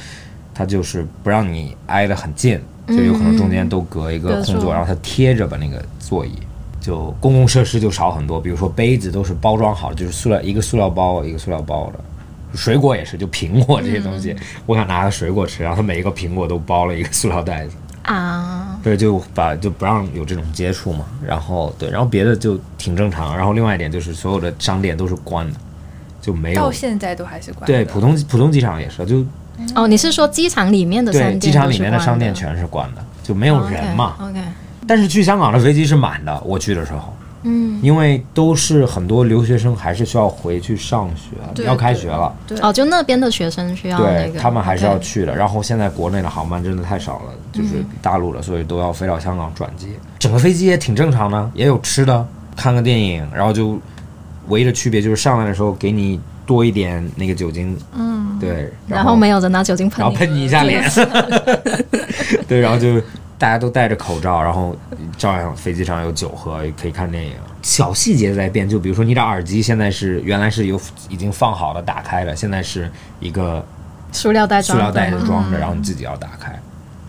Speaker 3: 它就是不让你挨得很近，就有可能中间都隔一个
Speaker 1: 隔
Speaker 3: 空
Speaker 1: 住
Speaker 3: 座，然后它贴着吧那个座椅。就公共设施就少很多，比如说杯子都是包装好的，就是塑料一个塑料包一个塑料包的，水果也是，就苹果这些东西，我想拿个水果吃，然后它每一个苹果都包了一个塑料袋子，
Speaker 1: 啊，
Speaker 3: 对，就把就不让有这种接触嘛。然后对，然后别的就挺正常。然后另外一点就是所有的商店都是关的，就没
Speaker 2: 到
Speaker 3: 有
Speaker 2: 现在都还是关
Speaker 3: 对
Speaker 2: 的。
Speaker 3: 浦东浦东机场也是，就
Speaker 1: 哦，你是说机场里面的商
Speaker 3: 对
Speaker 1: 店？
Speaker 3: 机场里面的商店全是关的，就没有人嘛。
Speaker 1: 哦 OK，,
Speaker 3: 但是去香港的飞机是满的，我去的时候，嗯，因为都是很多留学生还是需要回去上学，
Speaker 2: 对
Speaker 3: 要开学了。
Speaker 2: 对
Speaker 1: 哦，就那边的学生需要啊那
Speaker 3: 对
Speaker 1: 个，
Speaker 3: 他们还是要
Speaker 1: OK
Speaker 3: 去的。然后现在国内的航班真的太少了，
Speaker 1: 嗯
Speaker 3: 就是大陆的，所以都要飞到香港转机。整个飞机也挺正常的，也有吃的，看个电影，然后就唯一的区别就是上来的时候给你多一点那个酒精，嗯，对，
Speaker 1: 然
Speaker 3: 后
Speaker 1: 后没有人拿酒精喷
Speaker 3: 然后
Speaker 1: 你，
Speaker 3: 喷你一下脸， 对，然后就大家都戴着口罩，然后照样飞机上有酒喝，也可以看电影。小细节在变，就比如说你的耳机现在是原来是有已经放好的打开了，现在是一个
Speaker 1: 塑料袋
Speaker 3: 塑
Speaker 1: 装
Speaker 3: 料袋子
Speaker 1: 的嗯
Speaker 3: 装着，然后你自己要打开，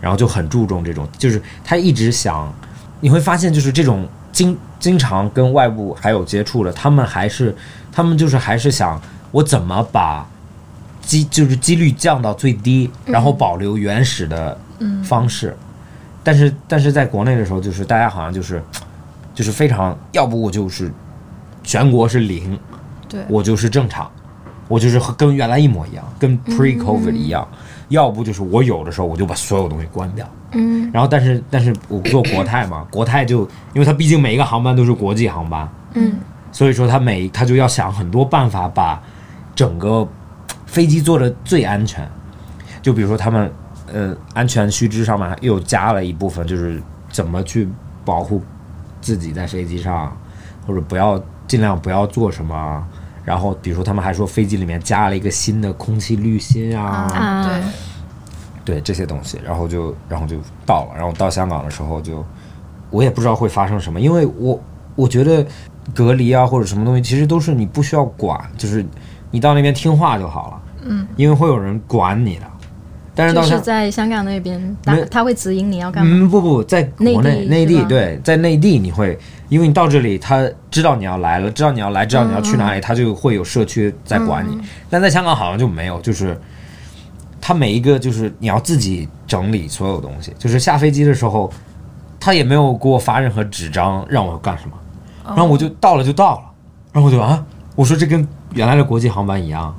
Speaker 3: 然后就很注重这种，就是他一直想，你会发现就是这种经经常跟外部还有接触的，他们还是他们就是还是想我怎么把机就是几率降到最低，然
Speaker 1: 嗯
Speaker 3: 后保留原始的方式。但是但是在国内的时候，就是大家好像就是就是非常，要不我就是全国是零，
Speaker 2: 对
Speaker 3: 我就是正常，我就是和跟原来一模一样，跟 pre COVID 一样。要不就是我有的时候我就把所有东西关掉，嗯，然后但是但是我做国泰 嘛，国泰就因为它毕竟每一个航班都是国际航班，
Speaker 1: 嗯，
Speaker 3: 所以说它每它就要想很多办法把整个飞机做的最安全，就比如说他们呃安全须知上面又加了一部分，就是怎么去保护自己在飞机上，或者不要尽量不要做什么。啊然后比如说他们还说飞机里面加了一个新的空气滤芯啊，
Speaker 1: 啊，
Speaker 2: 对，
Speaker 3: 对这些东西，然后就然后就到了，然后到香港的时候就我也不知道会发生什么，因为我我觉得隔离啊或者什么东西其实都是你不需要管，就是你到那边听话就好了，嗯，因为会有人管你的，但是
Speaker 1: 就
Speaker 3: 到
Speaker 1: 是
Speaker 3: 香
Speaker 1: 在香港那边，他
Speaker 3: 没有
Speaker 1: 他会指引你要干嘛。
Speaker 3: 嗯，不不，在国
Speaker 1: 内地
Speaker 3: 内内
Speaker 1: 是
Speaker 3: 地
Speaker 1: 吧
Speaker 3: 对，在内地你会，因为你到这里，他知道你要来了，知道你要来，知道你要
Speaker 1: 嗯
Speaker 3: 去哪里，他就会有社区在管你。但在香港好像就没有，就是他每一个就是你要自己整理所有东西，就是下飞机的时候，他也没有给我发任何纸张让我干什么，
Speaker 1: 哦
Speaker 3: 然后我就到了就到了，然后我就啊，我说这跟原来的国际航班一样，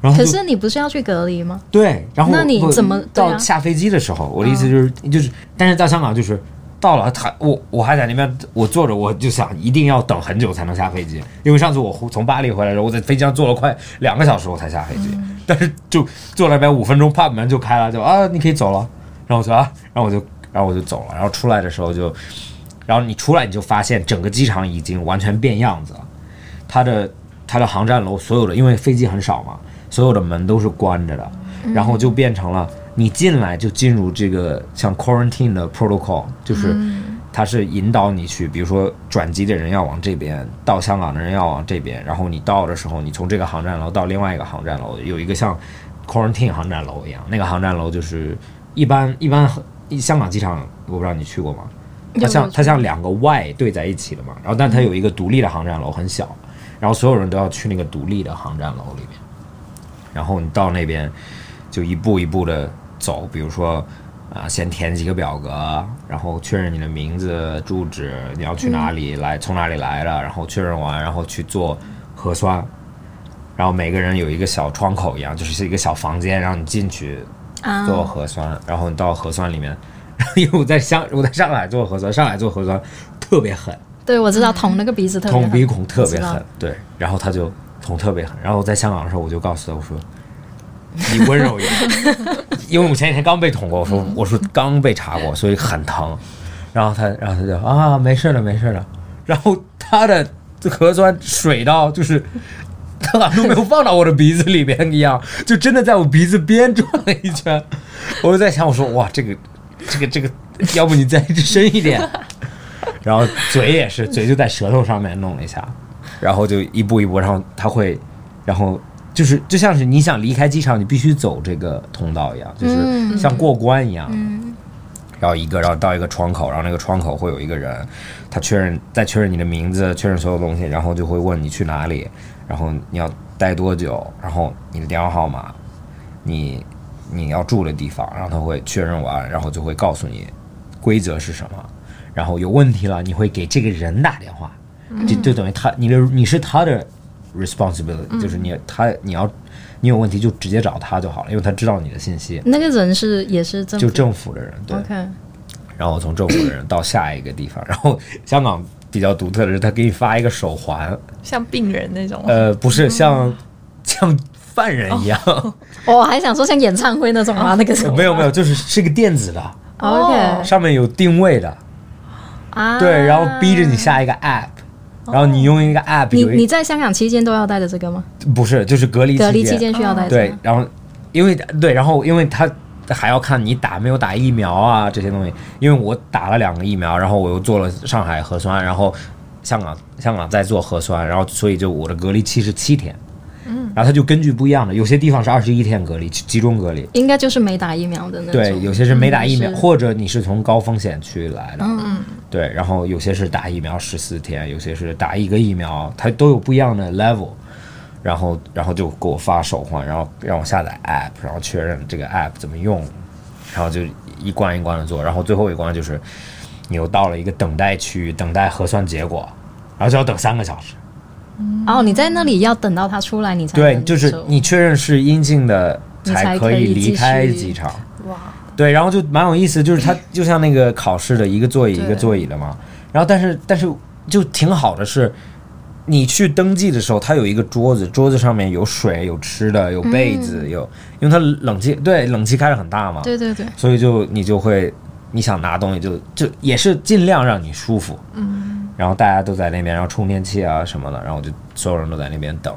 Speaker 3: 然后他
Speaker 1: 可
Speaker 3: 就是
Speaker 1: 你不是要去隔离吗？
Speaker 3: 对，然后
Speaker 1: 那你
Speaker 3: 我
Speaker 1: 怎么对啊嗯
Speaker 3: 到下飞机的时候，我的意思就是、就是，但是到香港就是到了他我我还在那边我坐着，我就想一定要等很久才能下飞机，因为上次我回从巴黎回来的时候，我在飞机上坐了快两个小时我才下飞机，
Speaker 1: 嗯
Speaker 3: 但是就坐那边五分钟，啪门就开了，就啊你可以走了，然后我说啊，然后我就然后我就走了，然后出来的时候就，然后你出来你就发现整个机场已经完全变样子了。它的它的航站楼所有的，因为飞机很少嘛，所有的门都是关着的，然后就变成了你进来就进入这个像 quarantine 的 protocol，就是它是引导你去，比如说转机的人要往这边，到香港的人要往这边，然后你到的时候，你从这个航站楼到另外一个航站楼，有一个像 quarantine 航站楼一样，那个航站楼就是一般一般香港机场，我不知道你去过吗？它像它像两个 Y 对在一起的嘛，然后但它有一个独立的航站楼，很小，然后所有人都要去那个独立的航站楼里面，然后你到那边就一步一步的走，比如说啊、先填几个表格，然后确认你的名字、住址，你要去哪里来，从哪里来了，然后确认完，然后去做核酸，然后每个人有一个小窗口一样，就是是一个小房间，让你进去
Speaker 1: 啊，
Speaker 3: 做核酸，然后你到核酸里面， 因为我在香我在上海做核酸，上海做核酸特别狠，
Speaker 1: 对，我知道捅那个鼻子特别
Speaker 3: 捅
Speaker 1: 狠
Speaker 3: 鼻孔特别
Speaker 1: 我知
Speaker 3: 狠
Speaker 1: 道，
Speaker 3: 对，然后他就捅特别狠，然后我在香港的时候我就告诉他我说。你温柔一点， 因为我前几天刚被捅过，我说我说刚被查过，所以很疼。然后他，然后他就啊，没事的，没事的。然后他的核酸水到就是，他好像都没有放到我的鼻子里边一样，就真的在我鼻子边转了一圈。我就在想，我说哇，这个这个这个，要不你再 深一点。然后嘴也是，嘴就在舌头上面弄了一下，然后就一步一步，然后他会，然后就是就像是你想离开机场，你必须走这个通道一样，就是像过关一样。然后一个，然后到一个窗口，然后那个窗口会有一个人，他确认再确认你的名字，确认所有东西，然后就会问你去哪里，然后你要待多久，然后你的电话号码，你你要住的地方，然后他会确认完，然后就会告诉你规则是什么，然后有问题了你会给这个人打电话，
Speaker 1: 嗯
Speaker 3: 就就等于他你的你是他的 responsibility，、就是
Speaker 1: 嗯
Speaker 3: 你他你要你有问题就直接找他就好了，因为他知道你的信息，
Speaker 1: 那个人是也是这么
Speaker 3: 就政府的人对。
Speaker 1: OK，
Speaker 3: 然后从政府的人到下一个地方，然 后香港比较独特的是，他给你发一个手环，
Speaker 1: 哦
Speaker 2: 像病人那种，
Speaker 3: 呃，不
Speaker 1: 嗯
Speaker 3: 是像像犯人一样，
Speaker 1: 哦我还想说像演唱会那种啊，那个什么
Speaker 3: 没有没有，就是是个电子的，
Speaker 2: 哦
Speaker 1: OK
Speaker 3: 上面有定位的，
Speaker 1: 啊，哦
Speaker 3: 对，然后逼着你下一个 app，然后你用一个 app，
Speaker 1: 你
Speaker 3: 有一
Speaker 1: 你在香港期间都要带着这个吗？
Speaker 3: 不是就是隔离
Speaker 1: 隔离期间需要带着
Speaker 3: 对
Speaker 1: 吗，，
Speaker 3: 然后因为对，然后因为他还要看你打没有打疫苗啊这些东西。因为我打了两个疫苗，然后我又做了上海核酸，然后香港香港再做核酸，然后所以就我的隔离期是七天。嗯，然后他就根据不一样的，有些地方是二十一天隔离，集集中隔离。
Speaker 1: 应该就是没打疫苗的那种。
Speaker 3: 对，有些是没打疫
Speaker 1: 嗯
Speaker 3: 苗，
Speaker 1: 是
Speaker 3: 或者你是从高风险区来的，嗯，对，然后有些是打疫苗十四天，有些是打一个疫苗，它都有不一样的 level。然后然后就给我发手环，然后让我下载 app，然后确认这个 app 怎么用，然后就一关一关的做，然后最后一关就是你又到了一个等待区域，等待核算结果，然后就要等三个小时。
Speaker 1: 哦，你在那里要等到它出来，你才
Speaker 3: 对，
Speaker 1: 能
Speaker 3: 就是
Speaker 1: 走
Speaker 3: 你确认是阴性的
Speaker 1: 你才
Speaker 3: 可
Speaker 1: 可以
Speaker 3: 以
Speaker 1: 继
Speaker 3: 离
Speaker 1: 续
Speaker 3: 开机场。
Speaker 2: 哇，
Speaker 3: 对，然后就蛮有意思，就是它就像那个考试的一个座椅一个座椅的嘛。然后但是但是就挺好的是，你去登记的时候，它有一个桌子，桌子上面有水、有吃的、有被子、有，因为它冷气对冷气开的很大嘛，
Speaker 4: 对对对，
Speaker 3: 所以就你就会你想拿东西就就也是尽量让你舒服。嗯。然后大家都在那边，然后充电器啊什么的，然后就所有人都在那边等，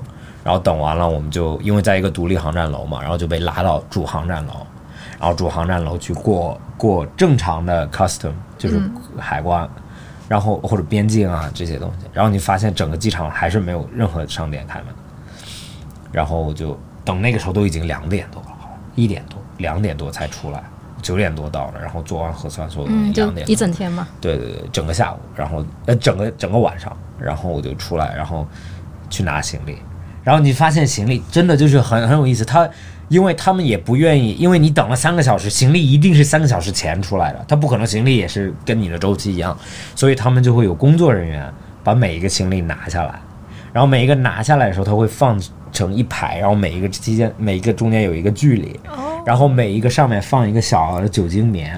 Speaker 3: 然后等完了，我们就因为在一个独立航站楼嘛，然后就被拉到主航站楼，然后主航站楼去过过正常的 custom，就是
Speaker 1: 嗯
Speaker 3: 海关，然后或者边境啊这些东西，然后你发现整个机场还是没有任何商店开门，然后就等那个时候都已经两点多了，一点多两点多才出来，九点多到了，然后做完核酸所有东西，
Speaker 1: 嗯，就
Speaker 3: 两点多
Speaker 1: 一整天嘛。
Speaker 3: 对对对，整个下午，然后呃，整个整个晚上，然后我就出来，然后去拿行李，然后你发现行李真的就是很很有意思，他因为他们也不愿意，因为你等了三个小时，行李一定是三个小时前出来的，他不可能行李也是跟你的周期一样，所以他们就会有工作人员把每一个行李拿下来，然后每一个拿下来的时候，他会放成一排，然后每一个期间每一个中间有一个距离，然后每一个上面放一个小的酒精棉，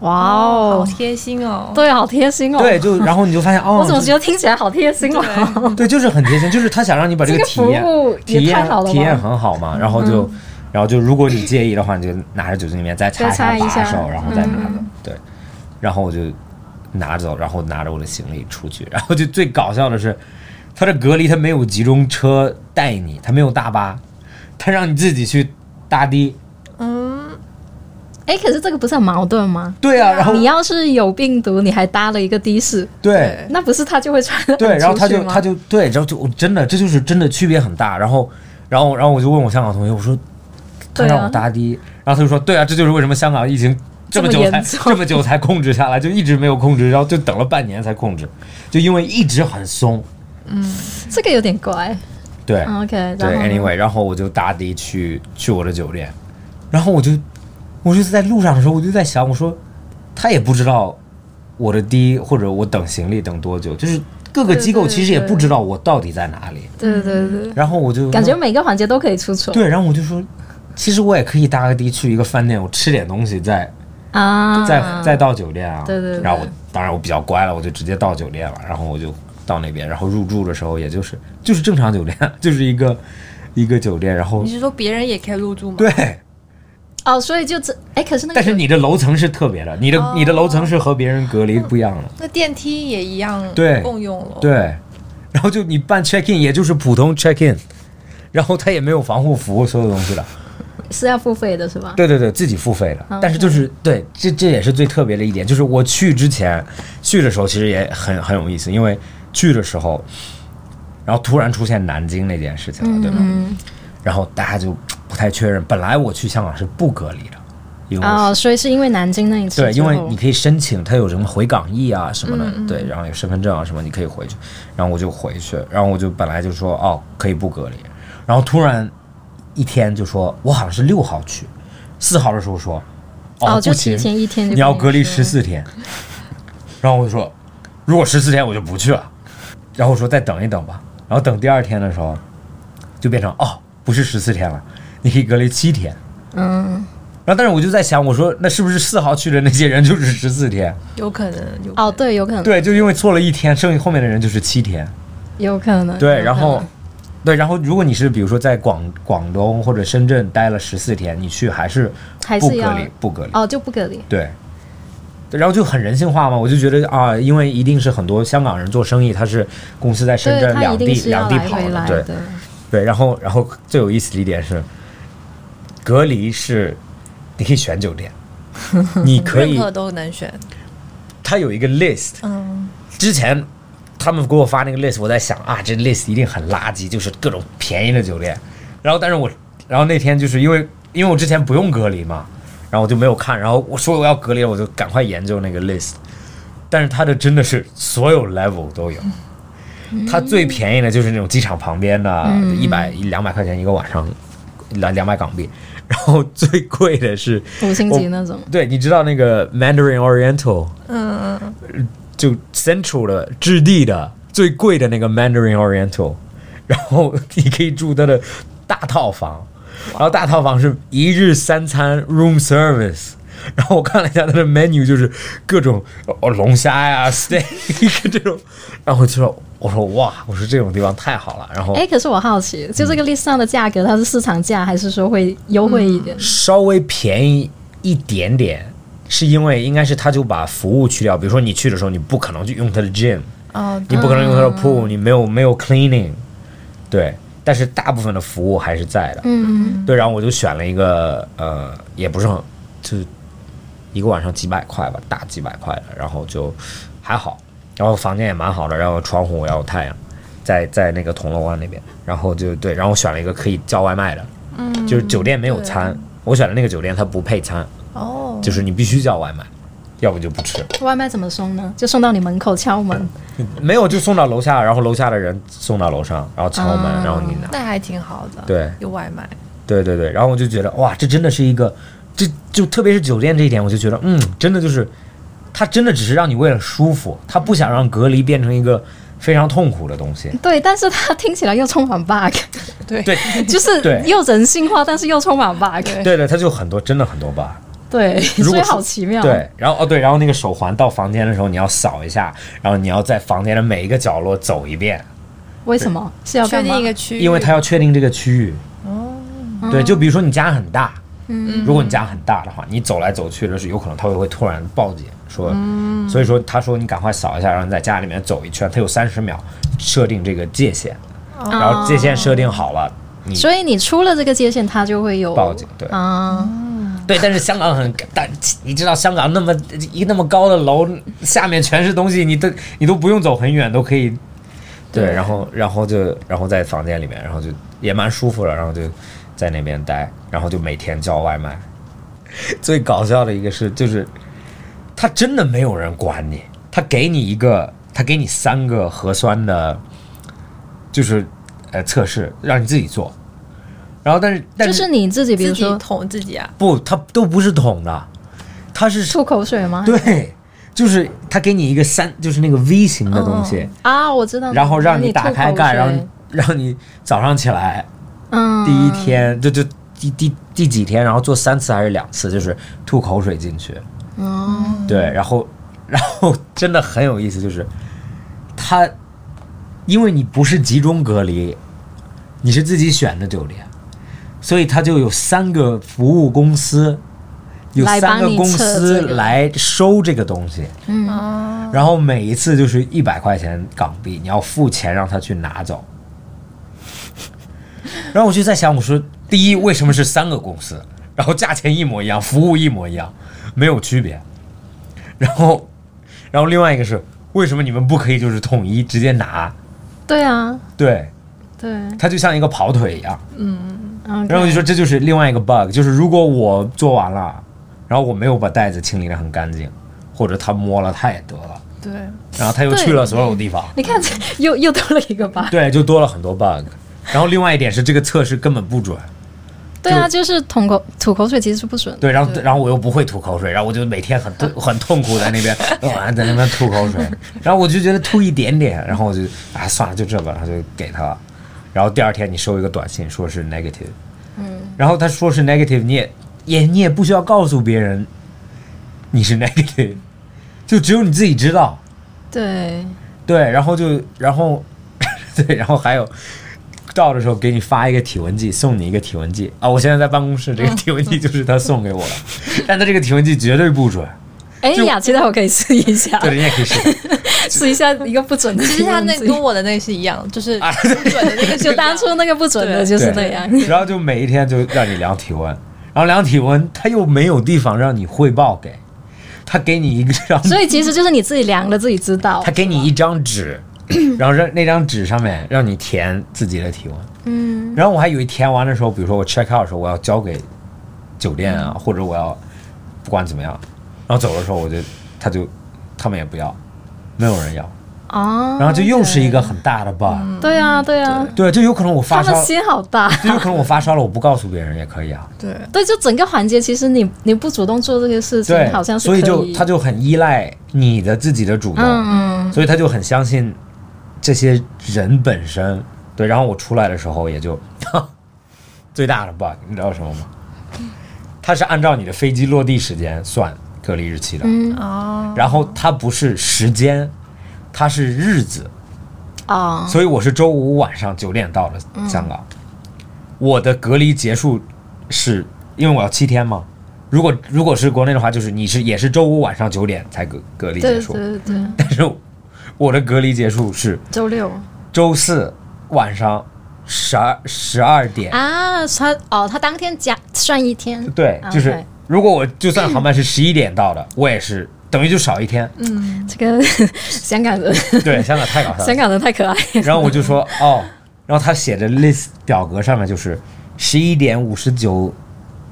Speaker 1: 哇
Speaker 2: 好
Speaker 1: 哦，
Speaker 2: 贴心哦。
Speaker 1: 对，好贴心哦。
Speaker 3: 对，，就然后你就发现哦，
Speaker 1: 我怎么
Speaker 3: 这
Speaker 1: 觉得听起来好贴心哦？
Speaker 3: 对，就是很贴心，就是他想让你把这个体
Speaker 1: 服
Speaker 3: 验
Speaker 1: 务
Speaker 3: 体
Speaker 1: 也太
Speaker 3: 验
Speaker 1: 好了
Speaker 3: 体验
Speaker 1: 吧？嗯
Speaker 3: 很好嘛，然后就、然后就如果你介意的话，你就拿着酒精里面再擦嗯
Speaker 1: 再擦
Speaker 3: 把
Speaker 1: 一下嗯
Speaker 3: 手，然后再拿走，对，然后我就拿走，然后拿着我的行李出去， 然后就最搞笑的是，他这隔离他没有集中车带你，他没有大巴，他让你自己去搭的，
Speaker 1: 哎，可是这个不是很矛盾吗？
Speaker 3: 对啊，然后
Speaker 1: 你要是有病毒，你还搭了一个的士，
Speaker 3: 对
Speaker 1: 那不是他就会传染
Speaker 3: 嗯 对，然后
Speaker 1: 出
Speaker 3: 他
Speaker 1: 去
Speaker 3: 就
Speaker 1: 吗
Speaker 3: 他就对，然后就真的这就是真的区别很大。然后，然后，然后我就问我香港同学，我说他
Speaker 1: 对啊
Speaker 3: 让我搭的，然后他就说对啊，这就是为什么香港疫情这么
Speaker 1: 这么
Speaker 3: 久
Speaker 1: 严
Speaker 3: 才
Speaker 1: 重
Speaker 3: 这么久才控制下来，就一直没有控制，然后就等了半年才控制，就因为一直很松。
Speaker 1: 这个有点怪。
Speaker 3: 对，
Speaker 1: 嗯 OK，然
Speaker 3: 对
Speaker 1: 后呢
Speaker 3: ，anyway，然后我就搭的去去我的酒店，然后我就我就是在路上的时候，我就在想，我说他也不知道我的的或者我等行李等多久，就是各个机构
Speaker 1: 对对
Speaker 3: 其实也
Speaker 1: 对
Speaker 3: 不知道我到底在哪里。
Speaker 1: 对对对，
Speaker 3: 然后我就
Speaker 1: 感觉每个环节都可以出错
Speaker 3: 嗯对，然后我就说，其实我也可以搭个的去一个饭店，我吃点东西再
Speaker 1: 啊。
Speaker 3: 再再到酒店啊。
Speaker 1: 对对对
Speaker 3: 然后我当然我比较乖了，我就直接到酒店了，然后我就到那边，然后入住的时候也就是就是正常酒店， 就是一个一个酒店，然后
Speaker 2: 你是说别人也可以入住吗？
Speaker 3: 对。
Speaker 1: 哦，所以就这哎，可是那个
Speaker 3: 但是你的楼层是特别的，你的、
Speaker 1: 哦
Speaker 3: 你的楼层是和别人隔离不一样的，
Speaker 2: 那电梯也一样，
Speaker 3: 对
Speaker 2: 共用了。
Speaker 3: 对。然后就你办 check in 也就是普通 check in，然后他也没有防护服所有东西的，
Speaker 1: 是要付费的是吧？
Speaker 3: 对对对，自己付费的。但是就是对，这这也是最特别的一点，就是我去之前去的时候其实也很很有意思，因为去的时候，然后突然出现南京那件事情了，对吧？然后大家就不太确认，本来我去香港是不隔离的，因为我是
Speaker 1: 哦，所以是因为南京那一次
Speaker 3: 对，
Speaker 1: 之
Speaker 3: 因
Speaker 1: 后，
Speaker 3: 为你可以申请，它有什么回港易啊什么的，对，然后有身份证啊什么，你可以回去。然后我就回去，然后我就本来就说哦可以不隔离，然后突然一天就说，我好像是六号去，四号的时候说，
Speaker 1: 哦，就
Speaker 3: 不
Speaker 1: 提
Speaker 3: 行，
Speaker 1: 前一天就
Speaker 3: 你要
Speaker 1: 跟
Speaker 3: 隔离
Speaker 1: 说
Speaker 3: 十四天。然后我就说，如果十四天我就不去了。然后我说再等一等吧。然后等第二天的时候，就变成哦不是十四天了，你可以隔离七天。
Speaker 1: 嗯，
Speaker 3: 然后，但是我就在想，我说那是不是四号去的那些人就是十四天？
Speaker 2: 有可能，有可能
Speaker 1: 哦，对，有可能，
Speaker 3: 对，就因为错了一天，剩下后面的人就是七天。
Speaker 1: 有可能，嗯有
Speaker 3: 对，
Speaker 1: 可
Speaker 3: 然后
Speaker 1: 能，
Speaker 3: 对，然后如果你是比如说在广广东或者深圳待了十四天，你去还是
Speaker 1: 还
Speaker 3: 不
Speaker 1: 是
Speaker 3: 隔
Speaker 1: 要
Speaker 3: 离，不隔离。
Speaker 1: 哦，就不隔离，
Speaker 3: 对，对然后就很人性化嘛，我就觉得啊，因为一定是很多香港人做生意，他是公司在深
Speaker 1: 对，
Speaker 3: 圳
Speaker 1: 他
Speaker 3: 两
Speaker 1: 一
Speaker 3: 地
Speaker 1: 定是
Speaker 3: 两
Speaker 1: 要
Speaker 3: 地
Speaker 1: 来
Speaker 3: 跑
Speaker 1: 回
Speaker 3: 的，
Speaker 1: 来
Speaker 3: 对
Speaker 1: 的，
Speaker 3: 对。然后，然后最有意思的一点是，隔离是你可以选 酒店，你可以
Speaker 2: 任何都能选。
Speaker 3: 它有一个 list，
Speaker 2: 嗯，
Speaker 3: 之前他们给我发那个 list，我在想啊，这 list 一定很垃圾，就是各种便宜的酒店。然后，但是我，然后那天就是因为因为我之前不用隔离嘛，然后我就没有看。然后我说我要隔离了，我就赶快研究那个 list。但是它的真的是所有 level 都有，
Speaker 1: 嗯
Speaker 3: 它最便宜的就是那种机场旁边的，一百两百块钱一个晚上，两两百港币。然后最贵的是，
Speaker 1: 五星级那种，
Speaker 3: 对，你知道那个 Mandarin Oriental，
Speaker 2: 嗯嗯，
Speaker 3: 就 Central 的质地的最贵的那个 Mandarin Oriental，然 后你可以住它的大套房，然后大套房是一日三餐 room service。然后我看了一下它的 menu，就是各种哦龙虾呀、steak 这种，然后我就说我说哇，我说这种地方太好了。然后
Speaker 1: 哎，可是我好奇，就这
Speaker 3: 嗯
Speaker 1: 个 list 上的价格，它是市场价还是说会优惠一点？
Speaker 3: 稍微便宜一点点，是因为应该是他就把服务去掉。比如说你去的时候，你不可能去用他的 gym，
Speaker 2: 哦，
Speaker 3: 你不可能用它的 pool，你没有没有 cleaning，对，但是大部分的服务还是在的，
Speaker 1: 嗯，
Speaker 3: 对。然后我就选了一个呃，也不是很，就一个晚上几百块吧，大几百块的，然后就还好，然后房间也蛮好的，然后窗户也有太阳，在在那个铜锣湾那边，然后就对，然后我选了一个可以叫外卖的，嗯，就是酒店没有餐，我选的那个酒店它不配餐，
Speaker 2: 哦，
Speaker 3: 就是你必须叫外卖，要不就不吃。
Speaker 1: 嗯外卖怎么送呢？就送到你门口敲门，
Speaker 3: 嗯没有就送到楼下，然后楼下的人送到楼上，然后敲门，然后你拿。
Speaker 2: 那还挺好的，
Speaker 3: 对
Speaker 2: 有外卖，
Speaker 3: 对对对，然后我就觉得哇，这真的是一个，这就特别是酒店这一点，我就觉得嗯，真的就是，他真的只是让你为了舒服，他不想让隔离变成一个非常痛苦的东西。
Speaker 1: 对，但是它听起来又充满 bug，
Speaker 2: 对
Speaker 3: 对
Speaker 1: 就是
Speaker 3: 对
Speaker 1: 又人性化，但是又充满 bug，
Speaker 3: 对对，他就很多真的很多 bug。
Speaker 1: 对，啊
Speaker 3: 如
Speaker 1: 所以
Speaker 3: 果是
Speaker 1: 好奇妙。
Speaker 3: 对，然后哦对，然后那个手环到房间的时候你要扫一下，然后你要在房间的每一个角落走一遍，
Speaker 1: 为什么是要
Speaker 2: 确
Speaker 1: 干嘛
Speaker 2: 定一？个区域，
Speaker 3: 因为他要确定这个区域。哦，对，就比如说你家很大，
Speaker 2: 嗯
Speaker 3: 如果你家很大的话，你走来走去的时候，有可能它会会突然报警，说，所以说他说你赶快扫一下，然后你在家里面走一圈，它有三十秒设定这个界限，然
Speaker 1: 哦
Speaker 3: 后界限设定好了，你
Speaker 1: 所以你出了这个界限，它就会有
Speaker 3: 报警，对
Speaker 1: 啊，
Speaker 3: 对，但是香港很，但你知道香港那么一那么高的楼下面全是东西，你都你都不用走很远都可以，对，然后然后就然后在房间里面，然后就也蛮舒服的，然后就在那边待，然后就每天叫外卖。 最搞笑的一个是，就是他真的没有人管你，他给你一个，他给你三个核酸的，就是呃测试，让你自己做。然后但是但
Speaker 1: 就是是你自己，比
Speaker 2: 自
Speaker 1: 如
Speaker 2: 己
Speaker 1: 说
Speaker 2: 捅自己啊，
Speaker 3: 不，它都不是桶的，它是
Speaker 1: 吐口水吗？
Speaker 3: 对，就是它给你一个三，就是那个 V 型的东西，
Speaker 1: 啊，我知道。
Speaker 3: 然后嗯让
Speaker 1: 你
Speaker 3: 你打开盖，然后让你早上起来
Speaker 1: 嗯，
Speaker 3: 第一天、就就第第第几天，然后做三次还是两次，就是吐口水进去，
Speaker 1: 哦，
Speaker 3: 对，然后然后真的很有意思，就是它因为你不是集中隔离，你是自己选的酒店，所以它就有三个服务公司，有
Speaker 1: 来帮
Speaker 3: 三个
Speaker 1: 你
Speaker 3: 公
Speaker 1: 测
Speaker 3: 司
Speaker 1: 这个
Speaker 3: 来收这个东西，
Speaker 1: 嗯
Speaker 2: 啊，
Speaker 3: 然后每一次就是一百块钱港币，你要付钱让他去拿走。然后我就在想，我说第一，为什么是三个公司，然后价钱一模一样，服务一模一样，没有区别。然后，然后另外一个是，为什么你们不可以就是统一直接拿？
Speaker 1: 对啊，
Speaker 3: 对，
Speaker 1: 对，
Speaker 3: 它就像一个跑腿一样。
Speaker 1: 嗯，
Speaker 3: 然后我就说这就是另外一个 bug，就是如果我做完了，然后我没有把袋子清理得很干净，或者他摸了他也得了，
Speaker 2: 对，
Speaker 3: 然后他又
Speaker 1: 对
Speaker 3: 去了所有地方。
Speaker 1: 你看， 这又又多了一个 吧？
Speaker 3: 对，就多了很多 bug。然后另外一点是这个测试根本不准，
Speaker 1: 对啊，就是吐口吐口水其实不准。
Speaker 3: 对，然后然后我又不会吐口水，然后我就每天很痛很痛苦在那边， 晚在那边吐口水，然后我就觉得吐一点点，然后我就啊算了就这吧，然后就给他了，然后第二天你收一个短信说是 negative，嗯，然后他说是 negative，你也也你也不需要告诉别人你是 negative，就只有你自己知道，
Speaker 1: 对，
Speaker 3: 对，然后就然后 对，然后还有到的时候给你发一个体温计，送你一个体温计啊！我现在在办公室，这
Speaker 1: 嗯
Speaker 3: 个体温计就是他送给我的， 但他这个体温计绝对不准，
Speaker 1: 哎
Speaker 3: 就，
Speaker 1: 雅琪，待会可以试一下，
Speaker 3: 对，人家可以试
Speaker 1: 试一下一个不准的。
Speaker 2: 其实他那跟我的那是一样，就是
Speaker 3: 啊。
Speaker 2: 不准的那个是
Speaker 1: 就当初那个不准的就是那
Speaker 3: 对
Speaker 1: 样。
Speaker 3: 然后就每一天就让你量体温，然后量体温他又没有地方让你汇报给，他给你一个 张，
Speaker 1: 所以其实就是你自己量了，自己知道
Speaker 3: 他。给你一张 纸，然后让那张纸上面让你填自己的体温。
Speaker 1: 嗯，
Speaker 3: 然后我还以为填完的时候，比如说我 check out 的时候，我要交给酒店啊，
Speaker 1: 嗯
Speaker 3: 或者我要不管怎么样，然后走的时候我就他就他们也不要，没有人要，
Speaker 1: 哦，
Speaker 3: 然后就又是一个很大的 bug。
Speaker 1: 对啊，对啊，
Speaker 3: 对，就有可能我发
Speaker 1: 他
Speaker 3: 烧
Speaker 1: 们，心好大。
Speaker 3: 就有可能我发烧了，我不告诉别人也可以啊。
Speaker 2: 对，
Speaker 1: 对，就整个环节，其实你你不主动做这些事情
Speaker 3: 对，，
Speaker 1: 好像是
Speaker 3: 所以就
Speaker 1: 可
Speaker 3: 他就很依赖你的自己的主动，
Speaker 1: 嗯嗯，
Speaker 3: 所以他就很相信这些人本身。对，然后我出来的时候也就 最大的 bug，你知道什么吗？它是按照你的飞机落地时间算隔离日期的，
Speaker 1: 嗯
Speaker 2: 哦，
Speaker 3: 然后它不是时间，它是日子，
Speaker 1: 哦，
Speaker 3: 所以我是周五晚上九点到的香港。我的隔离结束是因为我要七天嘛。如果如果是国内的话，就是你是也是周五晚上九点才隔隔离结
Speaker 1: 对
Speaker 3: 束，
Speaker 1: 对对，
Speaker 3: 但是我的隔离结束是
Speaker 1: 周六
Speaker 3: 周四晚上十二十二点。
Speaker 1: 啊，他哦，他当天加算一天，
Speaker 3: 对，
Speaker 1: 啊
Speaker 3: 就是
Speaker 1: 对
Speaker 3: 如果我就算航班是十一点到的，我也是等于就少一天。
Speaker 2: 嗯
Speaker 1: 这 个香港人，
Speaker 3: 对，香港太搞笑了。
Speaker 1: 香港人太可爱。
Speaker 3: 然后我就说哦，然后他写的 list 表格上面就是十一点五十九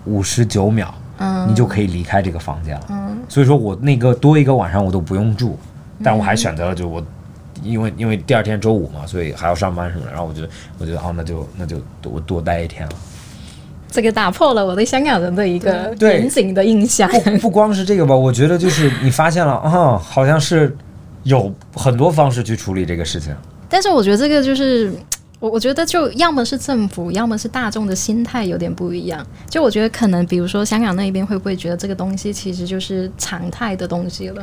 Speaker 3: 五十九秒，
Speaker 1: 嗯
Speaker 3: 你就可以离开这个房间了。所以说我那个多一个晚上我都不用住，
Speaker 1: 嗯
Speaker 3: 但我还选择了就我。因为因为第二天周五嘛，所以还要上班什么的，然后我就我觉得哦，那就那就我多待一天了。
Speaker 1: 这个打破了我对香港人的一个
Speaker 3: 对
Speaker 1: 严谨的印象。
Speaker 3: 不不光是这个吧，我觉得就是你发现了啊、好像是有很多方式去处理这个事情。
Speaker 1: 但是我觉得这个就是。我我觉得就要么是政府，要么是大众的心态有点不一样。就我觉得可能，比如说香港那边会不会觉得这个东西其实就是常态的东西了，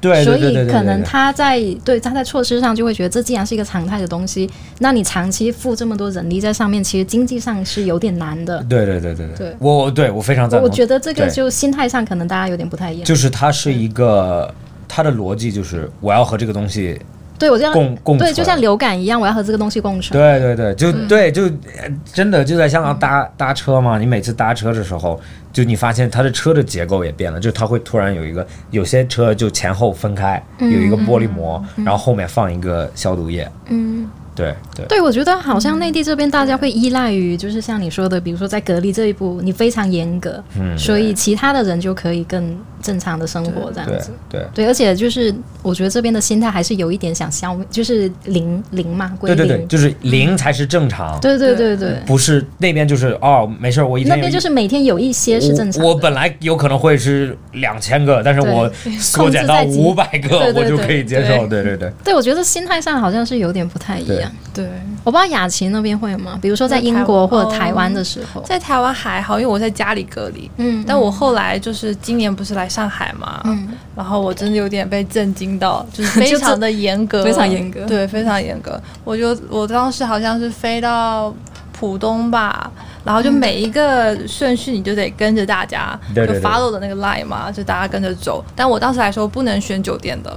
Speaker 3: 对对对对
Speaker 1: 所
Speaker 3: 对
Speaker 1: 以
Speaker 3: 对
Speaker 1: 可能
Speaker 3: 对
Speaker 1: 他在对他在措施上就会觉得这既然是一个常态的东西，那你长期付这么多人力在上面，其实经济上是有点难的。
Speaker 3: 对对对对对，
Speaker 1: 对
Speaker 3: 我我对我非常赞
Speaker 1: 我
Speaker 3: 同。
Speaker 1: 觉得这个
Speaker 3: 啊对
Speaker 1: 就心态上可能大家有点不太一样。
Speaker 3: 就是它是一个，它的逻辑就是我要和这个东西，
Speaker 1: 对我就像
Speaker 3: 共共
Speaker 1: 对，
Speaker 3: 存
Speaker 1: 就像嗯流感一样，我要和这个东西共存。
Speaker 3: 对对对，就对就呃真的就在香
Speaker 1: 嗯
Speaker 3: 港搭搭车嘛，你每次搭车的时候，就你发现它的车的结构也变了，就它会突然有一个，有些车就前后分开，有一个玻璃膜，然后后面放一个消毒液，
Speaker 1: 嗯，
Speaker 3: 对对
Speaker 1: 对，我觉得好像内地这边大家会依赖于，就是像你说的，比如说在隔离这一步，你非常严格，
Speaker 3: 嗯
Speaker 1: 所以其他的人就可以更正常的生活这样
Speaker 3: 对
Speaker 1: 子。
Speaker 3: 对。
Speaker 1: 对，而且就是我觉得这边的心态还是有一点想消灭，就是零零嘛，归
Speaker 3: 对
Speaker 1: 零。嗯
Speaker 3: 对对，就是零才是正常，
Speaker 1: 对对对
Speaker 2: 对
Speaker 1: 对
Speaker 3: 不是那边就是哦，没事儿，我一
Speaker 1: 那
Speaker 3: 天有
Speaker 1: 边
Speaker 3: 一
Speaker 1: 就是每天有一些是正常的。
Speaker 3: 我。我本来有可能会是两千个，但是我缩减到
Speaker 1: 控制在
Speaker 3: 五百个，
Speaker 1: 对对
Speaker 3: 我就可以接受。对对对，
Speaker 1: 对，我觉得心态上好像是有点不太一
Speaker 3: 对
Speaker 1: 样。
Speaker 2: 对，
Speaker 1: 我不知道雅琴那边会吗？比如说在
Speaker 2: 在
Speaker 1: 英
Speaker 2: 台
Speaker 1: 国
Speaker 2: 湾
Speaker 1: 或者
Speaker 2: 哦
Speaker 1: 台湾的时候，
Speaker 2: 在台湾还好，因为我在家里隔离。
Speaker 1: 嗯，
Speaker 2: 但我后来就是今年不是来上海嘛，
Speaker 4: 嗯
Speaker 2: 然后我真的有点被震 惊到，就是非常的严格，
Speaker 4: 就非常严格
Speaker 2: 对，非常严格。我就我当时好像是飞到浦东吧，然
Speaker 4: 嗯
Speaker 2: 后就每一个顺序你就得跟着大家，
Speaker 3: 对对
Speaker 2: 就
Speaker 3: 对
Speaker 2: follow 的那个 line 嘛，就大家跟着走。但我当时来说不能选酒店的，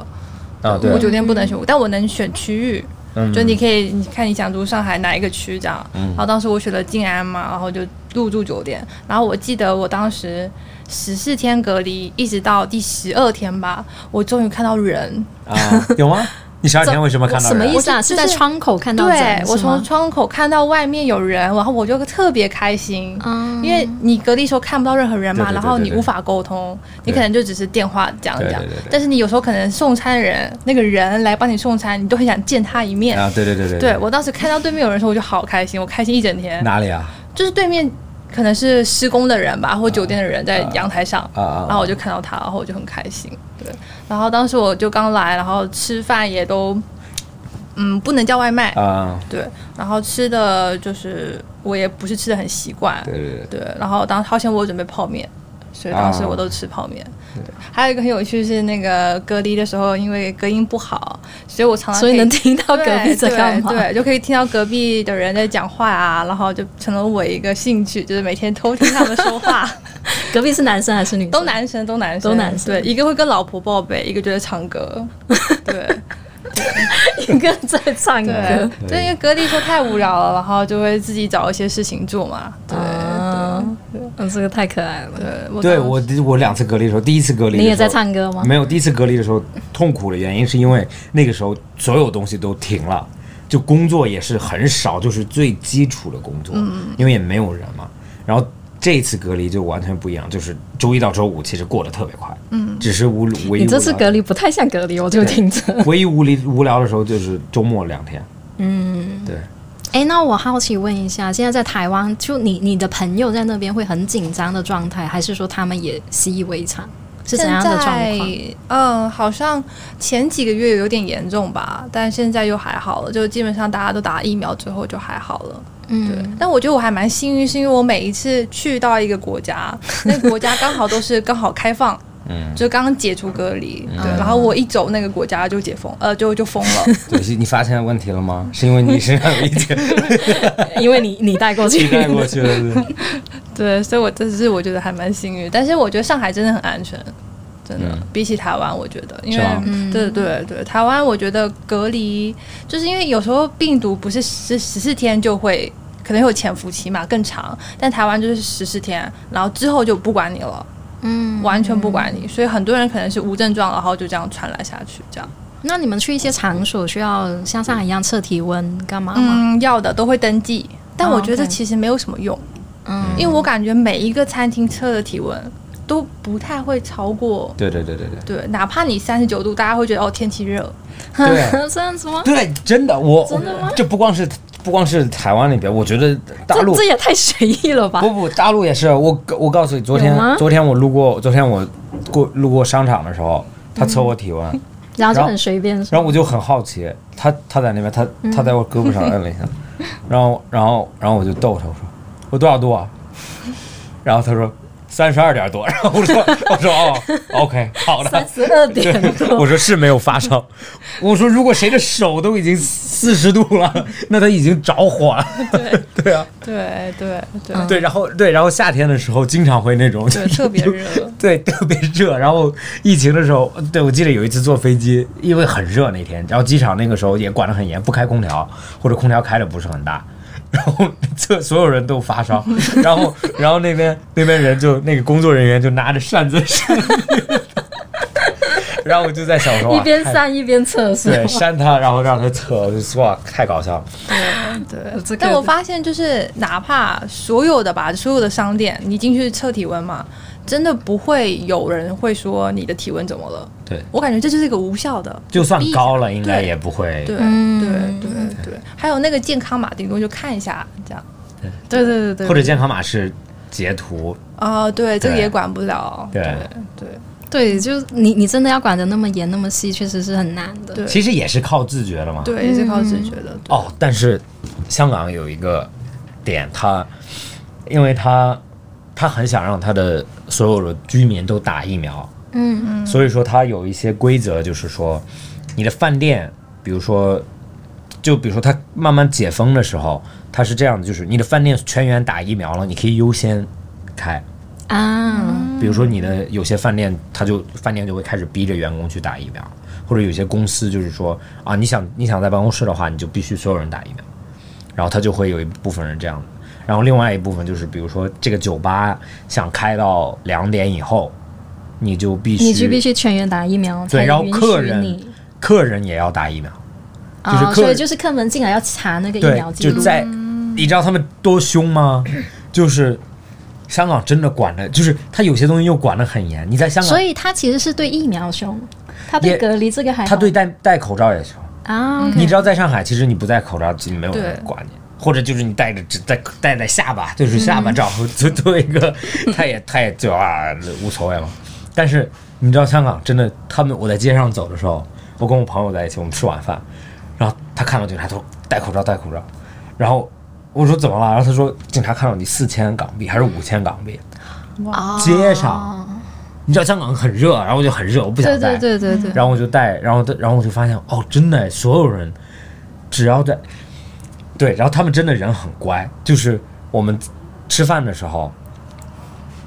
Speaker 3: 啊
Speaker 2: 我
Speaker 3: 对，
Speaker 2: 酒店不
Speaker 4: 嗯
Speaker 2: 能选，但我能选区域。
Speaker 3: 嗯
Speaker 2: 就你可以，你看你想住上海哪一个区这样。然后当时我选了静安嘛，然后就入住酒店。然后我记得我当时十四天隔离，一直到第十二天吧，我终于看到人。
Speaker 3: 啊，有吗？你十二天为什么看到
Speaker 1: 什么
Speaker 3: 人
Speaker 1: 意思啊？
Speaker 2: 我就是
Speaker 1: 在窗口看到
Speaker 2: 对
Speaker 1: 人，
Speaker 2: 我
Speaker 1: 是吗
Speaker 2: 从窗口看到外面有人，然后我就特别开心。
Speaker 1: 嗯，
Speaker 2: 因为你隔离时候看不到任何人嘛，
Speaker 3: 对对对
Speaker 2: 然后你
Speaker 3: 对对
Speaker 2: 无法沟通，你
Speaker 3: 对
Speaker 2: 可能就只是电话讲
Speaker 3: 对
Speaker 2: 讲
Speaker 3: 对对对。
Speaker 2: 但是你有时候可能送餐的人，那个人来帮你送餐，你都很想见他一面。
Speaker 3: 啊？对对对对
Speaker 2: 对我当时看到对面有人的时候，我就好开心，我开心一整天。
Speaker 3: 哪里啊？
Speaker 2: 就是对面可能是施工的人吧，或酒店的人在阳台上，
Speaker 3: 啊啊啊
Speaker 2: 然后我就看到他，然后我就很开心。对，然后当时我就刚来，然后吃饭也都，嗯，不能叫外卖，
Speaker 3: 啊，
Speaker 2: 对，然后吃的就是我也不是吃的很习惯，
Speaker 3: 对对对，
Speaker 2: 对，然后当好险我有准备泡面，所以当时我都吃泡
Speaker 3: 啊
Speaker 2: 面。对，还有一个很有趣是那个隔离的时候，因为隔音不好，所以我
Speaker 1: 啊
Speaker 2: 常常
Speaker 4: 所以
Speaker 2: 可
Speaker 4: 能听到隔壁在干嘛
Speaker 2: 对对，对就可以听到隔壁的人在讲话啊，然后就成了我一个兴趣，就是每天偷听他们说话。
Speaker 4: 隔壁是男生还是女生？
Speaker 2: 都男生，都男生，
Speaker 4: 都男生
Speaker 2: 对，一个会跟老婆报备，一个就在唱歌。对
Speaker 4: 一个在唱歌
Speaker 2: 对。，对，因为隔离的时候太无聊了，然后就会自己找一些事情做嘛。对
Speaker 4: 啊，
Speaker 1: 哦
Speaker 4: 嗯，这个太可爱了。
Speaker 2: 对我
Speaker 3: 对
Speaker 2: 当
Speaker 3: 我我两次隔离的时候，第一次隔离的时候
Speaker 1: 你也在唱歌吗？
Speaker 3: 没有，第一次隔离的时候痛苦的原因是因为那个时候所有东西都停了，就工作也是很少，就是最基础的工作，因为也没有人嘛。然后这一次隔离就完全不一样，就是周一到周五其实过得特别快，嗯，只是无唯一
Speaker 4: 你这
Speaker 3: 无
Speaker 4: 次
Speaker 3: 聊
Speaker 4: 隔离不太像隔离，我就听 着。
Speaker 3: 唯一无离无聊的时候就是周末两天，嗯，对，
Speaker 1: 哎，那我好奇问一下，现在在台湾，就你你的朋友在那边会很紧张的状态，还是说他们也习以为常？是怎
Speaker 2: 现
Speaker 1: 样的状
Speaker 2: 在
Speaker 1: 况？
Speaker 2: 嗯，好像前几个月有点严重吧，但现在又还好了，就基本上大家都打疫苗之后就还好了。
Speaker 1: 嗯
Speaker 2: 对，但我觉得我还蛮幸运，是因为我每一次去到一个国 家，那个国家刚好都是刚好开放，
Speaker 3: 嗯，
Speaker 2: 就刚刚解除隔离，对，然后我一走那个国家就解封，呃，就就封 了，
Speaker 3: 对，是你发现问题了吗？是因为你身上有一点
Speaker 1: 因为你你带过
Speaker 3: 替
Speaker 1: 去，
Speaker 3: 代过去了， 对
Speaker 2: 对，所以我这是我觉得还蛮幸运，但是我觉得上海真的很安全，真的、
Speaker 3: 嗯
Speaker 2: 比起台湾，我觉得因
Speaker 3: 是
Speaker 2: 为嗯
Speaker 3: 吗
Speaker 2: 对对对，台湾我觉得隔离就是因为有时候病毒不是十十四天就会。可能有潜伏期嘛，更长，但台湾就是十四天，然后之后就不管你了，
Speaker 1: 嗯，
Speaker 2: 完全不管你，所以很多人可能是无症状，然后就这样传染下去，这样。
Speaker 1: 那你们去一些场所需要像上海一样测体温干嘛吗？
Speaker 2: 嗯，要的都会登记，但
Speaker 1: 哦
Speaker 2: 我觉得
Speaker 1: OK
Speaker 2: 其实没有什么用，
Speaker 1: 嗯
Speaker 2: 因为我感觉每一个餐厅测的体温都不太会超过
Speaker 3: 对对对对对
Speaker 2: 对，哪怕你三十九度，大家会觉得哦天气热，
Speaker 3: 嗯对。啊
Speaker 1: 这样子吗？
Speaker 3: 对，真的，我这不光是不光是台湾那边，我觉得大
Speaker 4: 这
Speaker 3: 陆
Speaker 4: 这也太随意了吧？
Speaker 3: 不不，大陆也是。我我告诉你，昨天
Speaker 1: 啊有吗
Speaker 3: 昨天我路过，昨天我过路过商场的时候，他测我体温，
Speaker 1: 然后
Speaker 3: 然
Speaker 1: 就
Speaker 3: 后
Speaker 1: 很随便
Speaker 3: 然
Speaker 1: 说，
Speaker 3: 后我就很好奇，他他在那边，他他在我胳膊上摁了一下，然后然后然后我就逗他，我说我多少度啊？ 然后他说三十二点多，然后我说我说哦，OK，好的，
Speaker 4: 三十二点多，
Speaker 3: 我说是没有发烧，我说如果谁的手都已经四十度了，那他已经着火了。 对对啊，
Speaker 2: 对对对、
Speaker 3: 对，然后对，然后夏天的时候经常会那种，
Speaker 2: 对，特 别热。
Speaker 3: 对，特别热。然后疫情的时候， 对我记得有一次坐飞机，因为很热那天，然后机场那个时候也管得很严，不开空调，或者空调开的不是很大。然后这所有人都发烧，然后然后那边那边人就那个工作人员就拿着扇子扇，然后我就在想 说，哇
Speaker 4: 一边
Speaker 3: 太
Speaker 4: 散一边测试。
Speaker 3: 对，扇他，然后让他测，就是哇，太搞笑了。
Speaker 2: 对，
Speaker 4: 这个
Speaker 2: 但我发现就是哪怕所有的吧，所有的商店，你进去测体温嘛，真的不会有人会说你的体温怎么了。
Speaker 3: 对，
Speaker 2: 我感觉这就是一个无效的。
Speaker 3: 就算高了，应该
Speaker 2: 对
Speaker 3: 也不会。
Speaker 2: 对、
Speaker 1: 嗯
Speaker 2: 对对对，还有那个健康码，顶多就看一下这样。
Speaker 4: 对对对对，
Speaker 3: 或者健康码是截图，
Speaker 2: 啊、对，这个
Speaker 3: 对
Speaker 2: 也管不了。
Speaker 3: 对
Speaker 2: 对
Speaker 1: 对，就是你你真的要管得那么严那么细，确实是很难的。
Speaker 2: 对
Speaker 3: 其实也是靠自觉的嘛。
Speaker 2: 对，也是靠自觉的。
Speaker 3: 哦，但是香港有一个点，他因为他他很想让他的所有的居民都打疫苗，
Speaker 1: 嗯，
Speaker 3: 所以说它有一些规则，就是说你的饭店，比如说，就比如说它慢慢解封的时候，它是这样的，就是你的饭店全员打疫苗了，你可以优先开。
Speaker 1: 嗯啊，
Speaker 3: 比如说你的有些饭店，它就饭店就会开始逼着员工去打疫苗，或者有些公司就是说啊，你想你想在办公室的话，你就必须所有人打疫苗，然后他就会有一部分人这样的，然后另外一部分就是比如说这个酒吧想开到两点以后，你就必须
Speaker 1: 你去必须全员打疫苗才
Speaker 3: 对，然后
Speaker 1: 允
Speaker 3: 客
Speaker 1: 许
Speaker 3: 人
Speaker 1: 你。
Speaker 3: 客人也要打疫苗，就是
Speaker 1: 啊，
Speaker 3: 客
Speaker 1: 所以
Speaker 3: 人
Speaker 1: 就是客门进来要查那个疫
Speaker 3: 对
Speaker 1: 苗，记
Speaker 3: 就
Speaker 1: 录，
Speaker 3: 在你知道他们多凶吗？就是香港真的管的，就是他有些东西又管得很严。你在香港
Speaker 1: 所，以他其实是对疫苗凶，他对
Speaker 3: 也
Speaker 1: 隔离这个还好
Speaker 3: 他对戴戴口罩也凶。
Speaker 1: 啊，
Speaker 3: 你知道在上海，其实你不戴口罩，其实没有人
Speaker 2: 对
Speaker 3: 管你。或者就是你戴着只戴戴在下巴， 就是下巴罩，就做一个，他也他也就啊无所谓嘛。但是你知道香港真的，他们我在街上走的时候，我跟我朋友在一起，我们吃晚饭，然后他看到警察，他说戴口罩戴口罩，然后我说怎么了？然后他说警察看到你四千港币还是五千港币，
Speaker 1: 哦
Speaker 3: 街上你知道香港很热，然后我就很热，我不想
Speaker 1: 对
Speaker 3: 戴，
Speaker 1: 对对对对，
Speaker 3: 然后我就带，然后他然后我就发现哦，真的所有人只要在对，然后他们真的人很乖，就是我们吃饭的时候，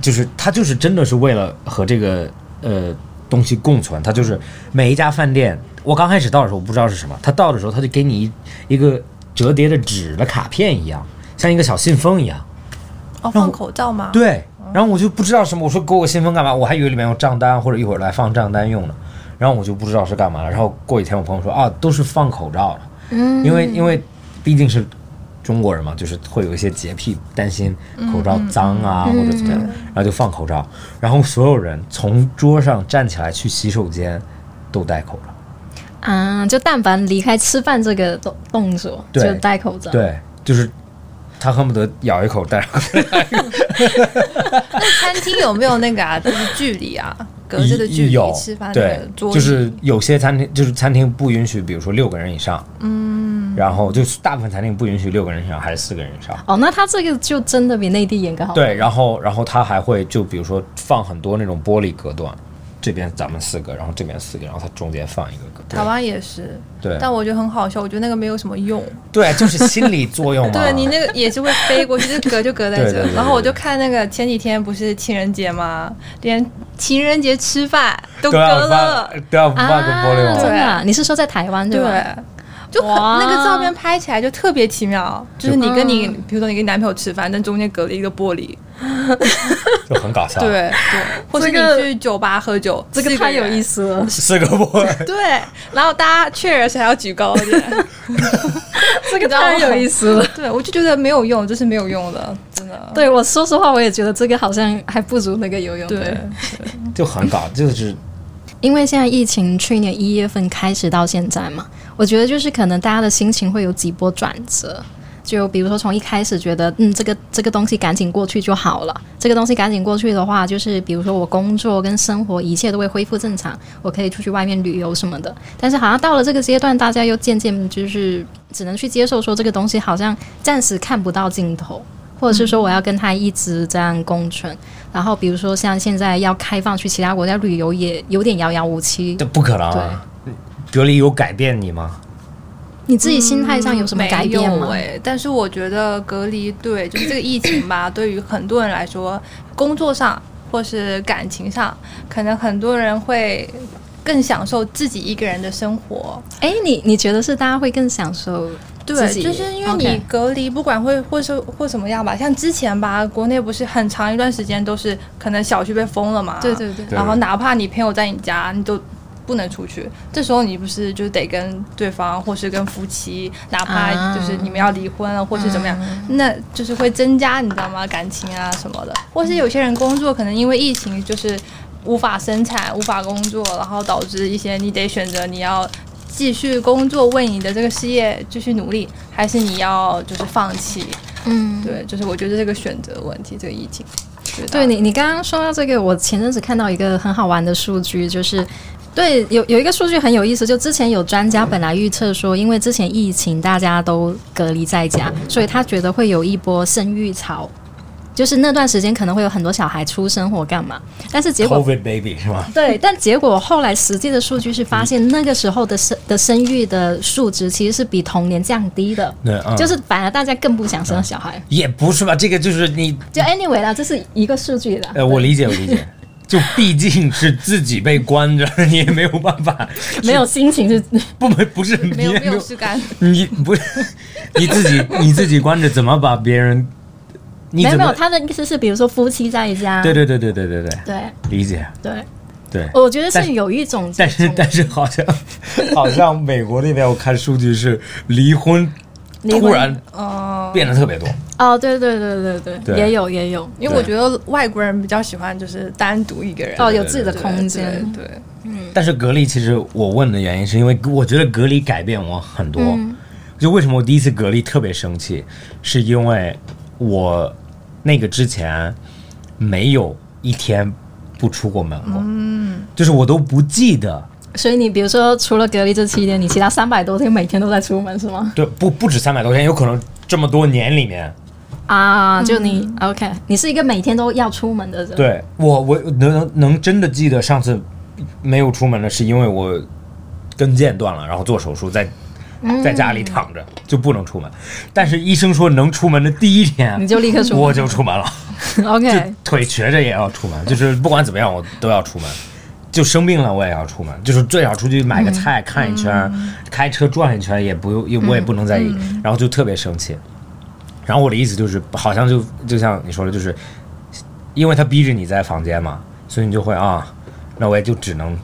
Speaker 3: 就是他就是真的是为了和这个呃东西共存，他就是每一家饭店，我刚开始到的时候我不知道是什么，他到的时候他就给你一一个折叠的纸的卡片一样，像一个小信封一样，
Speaker 2: 哦，放口罩吗？
Speaker 3: 对，然后我就不知道什么，我说给我信封干嘛？我还以为里面有账单或者一会儿来放账单用呢，然后我就不知道是干嘛了。然后过几天我朋友说啊，都是放口罩的，因为因为毕竟是中国人嘛，就是会有一些洁癖，担心口罩脏啊、或者怎么样，然后就放口罩，然后所有人从桌上站起来去洗手间都戴口罩，
Speaker 1: 啊，就但凡离开吃饭这个动动作，
Speaker 3: 对
Speaker 1: 就戴口罩。
Speaker 3: 对，就是他恨不得咬一口戴上，
Speaker 2: 餐厅有没有那个啊？ 就是距离啊，隔着的距离
Speaker 3: 有
Speaker 2: 吃饭
Speaker 3: 对
Speaker 2: 的桌，椅
Speaker 3: 就是有些餐厅就是餐厅不允许，比如说六个人以上，嗯，然后就是大部分餐厅不允许六个人以上还是四个人以上。
Speaker 1: 哦，那他这个就真的比内地严格好。，
Speaker 3: 对，然后然后他还会就比如说放很多那种玻璃隔断，这边咱们四个，然后这边四个，然后他中间放一个隔
Speaker 2: 台
Speaker 3: 断。
Speaker 2: 湾也是，
Speaker 3: 对
Speaker 2: 但我觉得很好笑，我觉得那个没有什么用。
Speaker 3: 对，就是心理作用嘛。
Speaker 2: 对你那个也是会飞过去，就隔就隔在
Speaker 3: 对对
Speaker 2: 这
Speaker 3: 对。对
Speaker 2: 然后我就看那个前几天不是情人节吗？连情人节吃饭都
Speaker 3: 都
Speaker 2: 隔
Speaker 3: 要
Speaker 2: 了，
Speaker 3: 啊放都要放个玻璃
Speaker 1: 啊，
Speaker 3: 网。
Speaker 1: 真的啊，你是说在台湾对
Speaker 2: 对
Speaker 1: 吧？。
Speaker 2: 就很
Speaker 1: 哇嗯
Speaker 2: 那个照片拍起来就特别奇妙，就是你跟你，比如说你跟你男朋友吃饭，但中间隔了一个玻璃，
Speaker 3: 就很搞笑。
Speaker 2: 对，对， 或
Speaker 1: 这
Speaker 2: 是
Speaker 1: 个
Speaker 2: 你去酒吧喝酒，
Speaker 1: 这个太有意
Speaker 2: 思。
Speaker 1: 思了，
Speaker 3: 四个玻璃。
Speaker 2: 对，然后大家确认谁还要举高一 点，
Speaker 1: 这个
Speaker 2: 道
Speaker 1: 太有意 思了。
Speaker 2: 对我就觉得没有用，这是没有用的，真的。
Speaker 1: 对我说实话，我也觉得这个好像还不如那个游泳。
Speaker 2: 对，
Speaker 3: 就很搞，就是
Speaker 1: 因为现在疫情去年一月份开始到现在嘛，我觉得就是可能大家的心情会有几波转折。就比如说，从一开始觉得，嗯，这个这个东西赶紧过去就好了。这个东西赶紧过去的话，就是比如说我工作跟生活一切都会恢复正常，我可以出去外面旅游什么的。但是好像到了这个阶段，大家又渐渐就是只能去接受说这个东西好像暂时看不到尽头，或者是说我要跟他一直这样共存。然后比如说像现在要开放去其他国家旅游，也有点遥遥无期
Speaker 3: 这。不可能啊！隔离有改变你吗？
Speaker 1: 你自己心态上有什么改变
Speaker 2: 嗯没有哎
Speaker 1: 吗？
Speaker 2: 诶但是我觉得隔离对，就是这个疫情吧，对于很多人来说，工作上或是感情上，可能很多人会更享受自己一个人的生活。
Speaker 1: 哎、你你觉得是大家会更享受自己？
Speaker 2: 对，就是因为你
Speaker 1: OK
Speaker 2: 隔离，不管会或是或怎么样吧，像之前吧，国内不是很长一段时间都是可能小区被封了嘛，
Speaker 1: 对对对
Speaker 3: 对
Speaker 2: 然后哪怕你朋友在你家，你都不能出去，这时候你不是就得跟对方或是跟夫妻，哪怕
Speaker 1: 啊嗯
Speaker 2: 就是你们要离婚了，或是怎么样，那就是会增加你知道吗感情啊什么的，或是有些人工作可能因为疫情就是无法生产、无法工作，然后导致一些你得选择你要。继续工作，为你的这个事业继续努力，还是你要就是放弃？
Speaker 1: 嗯，
Speaker 2: 对，就是我觉得这个选择问题，这个疫情，觉得
Speaker 1: 对你，你刚刚说到这个，我前阵子看到一个很好玩的数据，就是对有有一个数据很有意思，就之前有专家本来预测说，因为之前疫情大家都隔离在家，所以他觉得会有一波生育潮，就是那段时间可能会有很多小孩出生或干嘛，但是结果
Speaker 3: COVID baby 是吗？
Speaker 1: 对，但结果后来实际的数据是发现，那个时候的生的生育的数值其实是比同年降低的，
Speaker 3: 对，嗯、
Speaker 1: 就是反而大家更不想生小孩。
Speaker 3: 也不是吧，这个就是你
Speaker 1: 就 anyway 啦，这是一个数据啦。
Speaker 3: 呃，我理解，我理解。 就毕竟是自己被关着， 你也没有办法，
Speaker 1: 没有心情是
Speaker 3: 不不不是你
Speaker 2: 没有
Speaker 3: 也
Speaker 2: 没
Speaker 3: 没有
Speaker 2: 有事干。
Speaker 3: 你不是你自己你自己关着，怎么把别人？你
Speaker 1: 没有
Speaker 3: 怎
Speaker 1: 没有，
Speaker 3: 么？
Speaker 1: 他的意思是，比如说夫妻在家，
Speaker 3: 对对对对对对对，
Speaker 1: 对
Speaker 3: 理解
Speaker 1: 对，
Speaker 3: 对。
Speaker 1: 我觉得
Speaker 3: 但
Speaker 1: 是有一种这
Speaker 3: 但是
Speaker 1: 种
Speaker 3: 但是好像好像美国那边我看数据是离婚
Speaker 1: 离婚
Speaker 3: 突然
Speaker 2: 嗯，
Speaker 3: 变得特别多，
Speaker 1: 哦，对对对对对，
Speaker 3: 对
Speaker 1: 也有也有
Speaker 2: 因为我觉得外国人比较喜欢就是单独一个人。
Speaker 1: 哦，
Speaker 3: 对
Speaker 1: 有自己的
Speaker 2: 对
Speaker 1: 空间。
Speaker 2: 对对
Speaker 3: 但是隔离其实我问的原因是因为我觉得隔离改变我很多。就为什么我第一次隔离特别生气，是因为我那个之前没有一天不出过门过，就是我都不记得。
Speaker 1: 所以你比如说，除了隔离这七天，你其他三百多天每天都在出门是吗？
Speaker 3: 对，不不止三百多天，有可能这么多年里面，
Speaker 1: 啊，就你、OK，你是一个每天都要出门的人。
Speaker 3: 对我我能能真的记得上次没有出门的是因为我跟腱断了，然后做手术在。
Speaker 1: 嗯
Speaker 3: 在家里躺着就不能出门，但是医生说能出门的第一天，
Speaker 1: 你就立刻出门
Speaker 3: 我就出门了，
Speaker 2: 哎
Speaker 1: OK，
Speaker 3: 腿瘸着也要出门，就是不管怎么样我都要出门，就生病了我也要出门，就是最少出去买
Speaker 2: 嗯
Speaker 3: 个菜、看一圈儿，开车转一圈儿也不用，也我也不能
Speaker 2: 嗯
Speaker 3: 在意，然后就特别生气。然后我的意思就是，好像就就像你说的，就是因为他逼着你在房间嘛，所以你就会啊，那我也就只能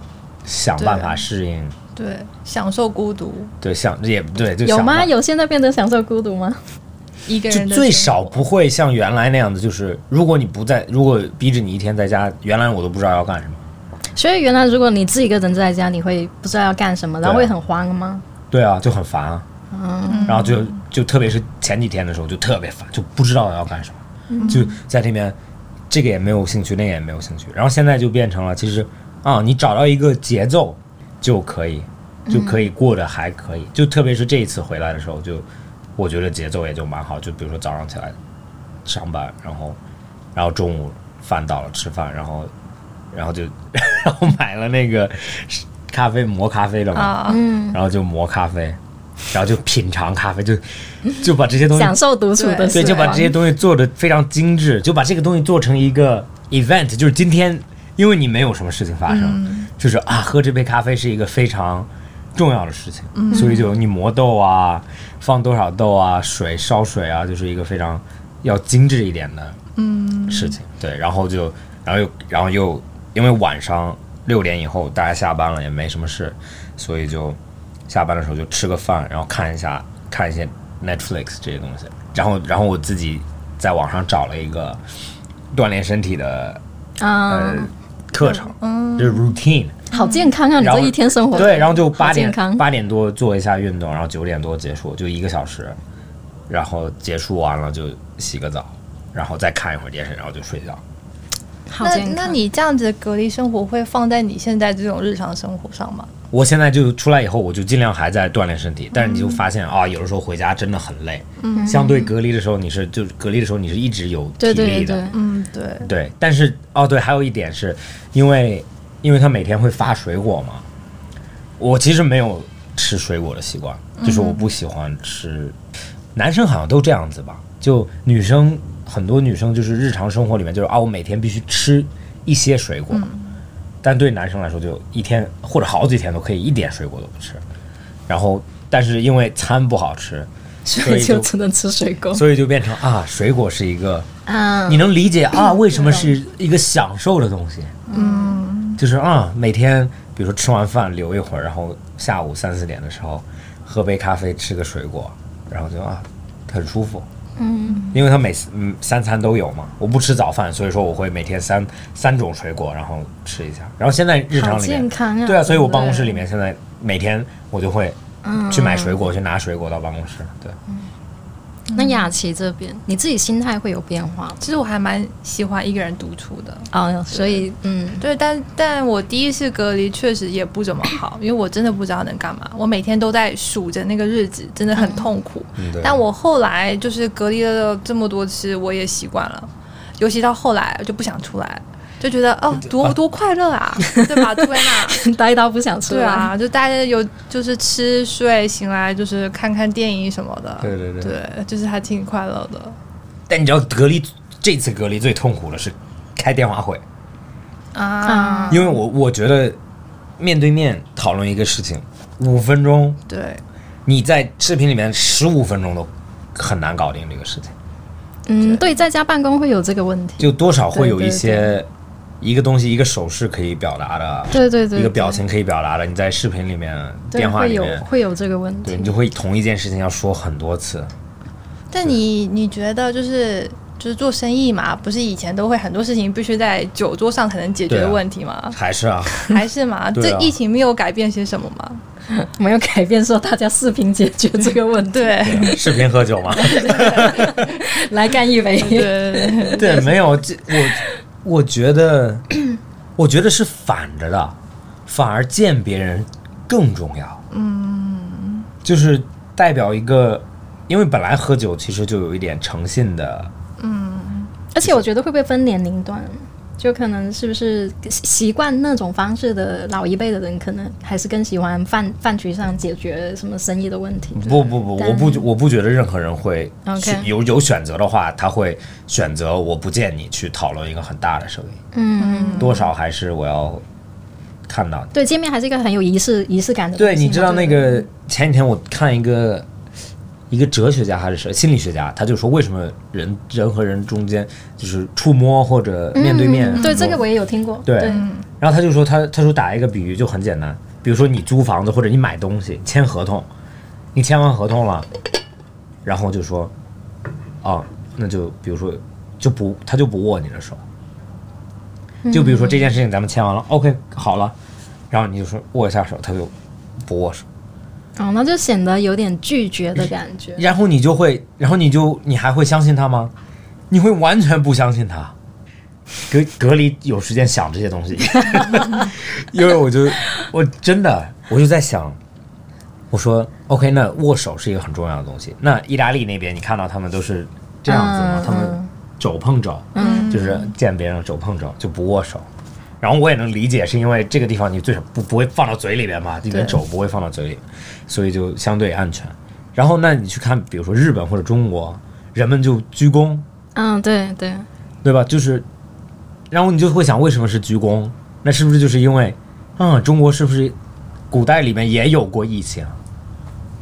Speaker 3: 想办法适应。
Speaker 2: 对，享受孤独。
Speaker 3: 对，想也对，就
Speaker 1: 有
Speaker 3: 想
Speaker 1: 吗？
Speaker 3: 办
Speaker 1: 有现在变得享受孤独吗？
Speaker 2: 一个
Speaker 3: 就
Speaker 2: 人的
Speaker 3: 最
Speaker 2: 生活
Speaker 3: 少不会像原来那样的，就是如果你不在，如果逼着你一天在家，原来我都不知道要干什么。
Speaker 1: 所以原来如果你自己一个人在家，你会不知道要干什么，然后
Speaker 3: 对
Speaker 1: 会
Speaker 3: 啊
Speaker 1: 很慌吗？
Speaker 3: 对啊，就很烦啊。然后就就特别是前几天的时候，就特别烦，就不知道要干什么，就在这边这个也没有兴趣，那个也没有兴趣。然后现在就变成了，其实啊，你找到一个节奏就可以，就可以过得还可以。就特别是这一次回来的时候，就我觉得节奏也就蛮好。就比如说早上起来上班，然后然后中午饭到了吃饭，然后然后就 然后买了那个咖啡磨咖啡的嘛，
Speaker 2: 啊，
Speaker 1: 嗯
Speaker 3: 然后就磨咖啡，然后就品尝咖啡，就就把这些东西
Speaker 1: 享，受独处的
Speaker 2: 对
Speaker 1: 时
Speaker 3: 对，
Speaker 1: 光，
Speaker 3: 就把这些东西做的非常精致，就把这个东西做成一个 event，就是今天，因为你没有什么事情发生，就是啊，喝这杯咖啡是一个非常重要的事情，所以就你磨豆啊，放多少豆啊，水烧水啊，就是一个非常要精致一点的事情。对，然后就，然后又，然后又，因为晚上六点以后大家下班了也没什么事，所以就下班的时候就吃个饭，然后看一下看一些 Netflix 这些东西。然后，然后我自己在网上找了一个锻炼身体的
Speaker 1: 啊、
Speaker 3: 呃课程，就是 routine。
Speaker 1: 好健康啊！你
Speaker 3: 嗯然
Speaker 1: 这
Speaker 3: 后
Speaker 1: 一天生活
Speaker 3: 对，然后就
Speaker 1: 嗯好
Speaker 3: 八
Speaker 1: 健
Speaker 3: 点
Speaker 1: 康
Speaker 3: 八点多做一下运动，然后九点多结束，就一个小时，然后结束完了就洗个澡，然后再看一会儿电视，然后就睡觉。
Speaker 1: 好
Speaker 2: 那
Speaker 1: 健康
Speaker 2: 那你这样子隔离生活会放在你现在这种日常生活上吗？
Speaker 3: 我现在就出来以后，我就尽量还在锻炼身体，但是你就
Speaker 1: 嗯
Speaker 3: 发现啊，有的时候回家真的很累。嗯，相对隔离的时候，你是就是隔离的时候你是一直有
Speaker 1: 对
Speaker 3: 体力的。
Speaker 1: 对对对，
Speaker 2: 嗯，对，
Speaker 3: 对，但是哦，对，还有一点是，因为因为他每天会发水果嘛，我其实没有吃水果的习惯，就是我不喜欢吃。男生好像都这样子吧，就女生很多女生就是日常生活里面就是啊，我每天必须吃一些水果，但对男生来说就一天或者好几天都可以一点水果都不吃，然后但是因为餐不好吃，
Speaker 1: 所
Speaker 3: 所
Speaker 1: 以
Speaker 3: 以
Speaker 1: 就
Speaker 3: 就
Speaker 1: 只能吃水果。
Speaker 3: 所以就变成啊，水果是一个。
Speaker 1: 嗯，
Speaker 3: 你能理解啊？为什么是一个享受的东西？嗯，就是啊，每天比如说吃完饭留一会儿，然后下午三四点的时候喝杯咖啡，吃个水果，然后就啊，很舒服。嗯，因为他每次嗯三餐都有嘛，我不吃早饭，所以说我会每天三三种水果，然后吃一下。然后现在日
Speaker 1: 好
Speaker 3: 常里面
Speaker 1: 健康啊！
Speaker 3: 对啊，所以我办公室里面现在每天我就会去买水果，去拿水果到办公室。对，
Speaker 1: 那雅琪这边，你自己心态会有变化吗
Speaker 2: 其实我还蛮喜欢一个人独处的。
Speaker 1: 啊、所以嗯，
Speaker 2: 对，但但我第一次隔离确实也不怎么好，因为我真的不知道能干嘛。我每天都在数着那个日子，真的很痛苦。
Speaker 3: 嗯对
Speaker 2: 但我后来就是隔离了这么多次，我也习惯了，尤其到后来就不想出来，就觉得哦，多多快乐啊，对吧？对 吧？
Speaker 1: 呆到不想出
Speaker 2: 对
Speaker 1: 来。
Speaker 2: 啊，就大家有就是吃睡醒来就是看看电影什么的，
Speaker 3: 对对对
Speaker 2: 对，就是还挺快乐的。
Speaker 3: 但你知道隔离这次隔离最痛苦的是开电话会。
Speaker 2: 啊，
Speaker 3: 因为我我觉得面对面讨论一个事情，五分钟，
Speaker 2: 对，
Speaker 3: 你在视频里面十五分钟都很难搞定这个事情，
Speaker 1: 嗯，对，在家办公会有这个问题。
Speaker 3: 就多少会有
Speaker 1: 对对
Speaker 3: 一些一个东西一个手势可以表达的，
Speaker 1: 对对对，
Speaker 3: 一个表
Speaker 1: 对
Speaker 3: 情可以表达的，你在视频里面、
Speaker 1: 对
Speaker 3: 电话
Speaker 1: 会
Speaker 3: 里
Speaker 1: 有
Speaker 3: 面，
Speaker 1: 会有这个问
Speaker 3: 对
Speaker 1: 题
Speaker 3: 你。就会同一件事情要说很多次。
Speaker 2: 但你你觉得就是就是做生意嘛，不是以前都会很多事情必须在酒桌上才能解决
Speaker 3: 对啊
Speaker 2: 的问题吗？
Speaker 3: 还 是啊，
Speaker 2: 还是 嘛？
Speaker 3: 对
Speaker 2: 这
Speaker 3: 啊
Speaker 2: 疫情没有改变些什么 吗？
Speaker 1: 没有改变说大家视频解决这个问题，
Speaker 2: 对
Speaker 3: 啊视频喝酒嘛？
Speaker 1: 来干一杯。
Speaker 2: 对对 对
Speaker 3: 对，没有这我，我 觉得，我觉得是反着的，反而见别人更重要。嗯，就是代表一个，因为本来喝酒其实就有一点诚信的，
Speaker 1: 而且我觉得会不会分年龄段？就可能是不是习惯那种方式的老一辈的人，可能还是更喜欢饭饭局上解决什么生意的问题。
Speaker 3: 不不不，我不我不觉得任何人会
Speaker 1: OK
Speaker 3: 选有有选择的话，他会选择我不见你去讨论一个很大的生意，
Speaker 1: 嗯，
Speaker 3: 多少还是我要看到你。
Speaker 1: 对，见面还是一个很有仪式仪式感的东西嘛。
Speaker 3: 对，你知道那
Speaker 1: 就
Speaker 3: 个前几天我看一个一个哲学家还是谁心理学家，他就说为什么人人和人中间就是触摸或者面对面，
Speaker 1: 嗯对这个我也有听过。
Speaker 3: 对
Speaker 1: 对，
Speaker 3: 然后他就说他他说打一个比喻就很简单，比如说你租房子或者你买东西签合同，你签完合同了，然后就说啊，那就比如说就不他就不握你的手，就比如说这件事情咱们签完了，OK 好了，然后你就说握一下手，他就不握手，
Speaker 1: 哦，那就显得有点拒绝的感觉。
Speaker 3: 然后你就会，然后你就你还会相信他吗？你会完全不相信他。隔隔离有时间想这些东西， 因为我就 我真的我就在想，我说 OK，那握手是一个很重要的东西。那意大利那边你看到他们都是这样子吗？
Speaker 1: 嗯
Speaker 3: 他们肘碰肘，
Speaker 1: 嗯
Speaker 3: 就是见别人肘碰肘就不握手。然后我也能理解，是因为这个地方你最少不不会放到嘴里边嘛，你的
Speaker 4: 对
Speaker 3: 肘不会放到嘴里，所以就相对安全。然后那你去看，比如说日本或者中国，人们就鞠躬，
Speaker 1: 嗯，对对，
Speaker 3: 对吧？就是，然后你就会想，为什么是鞠躬？那是不是就是因为，嗯，中国是不是古代里面也有过疫情？啊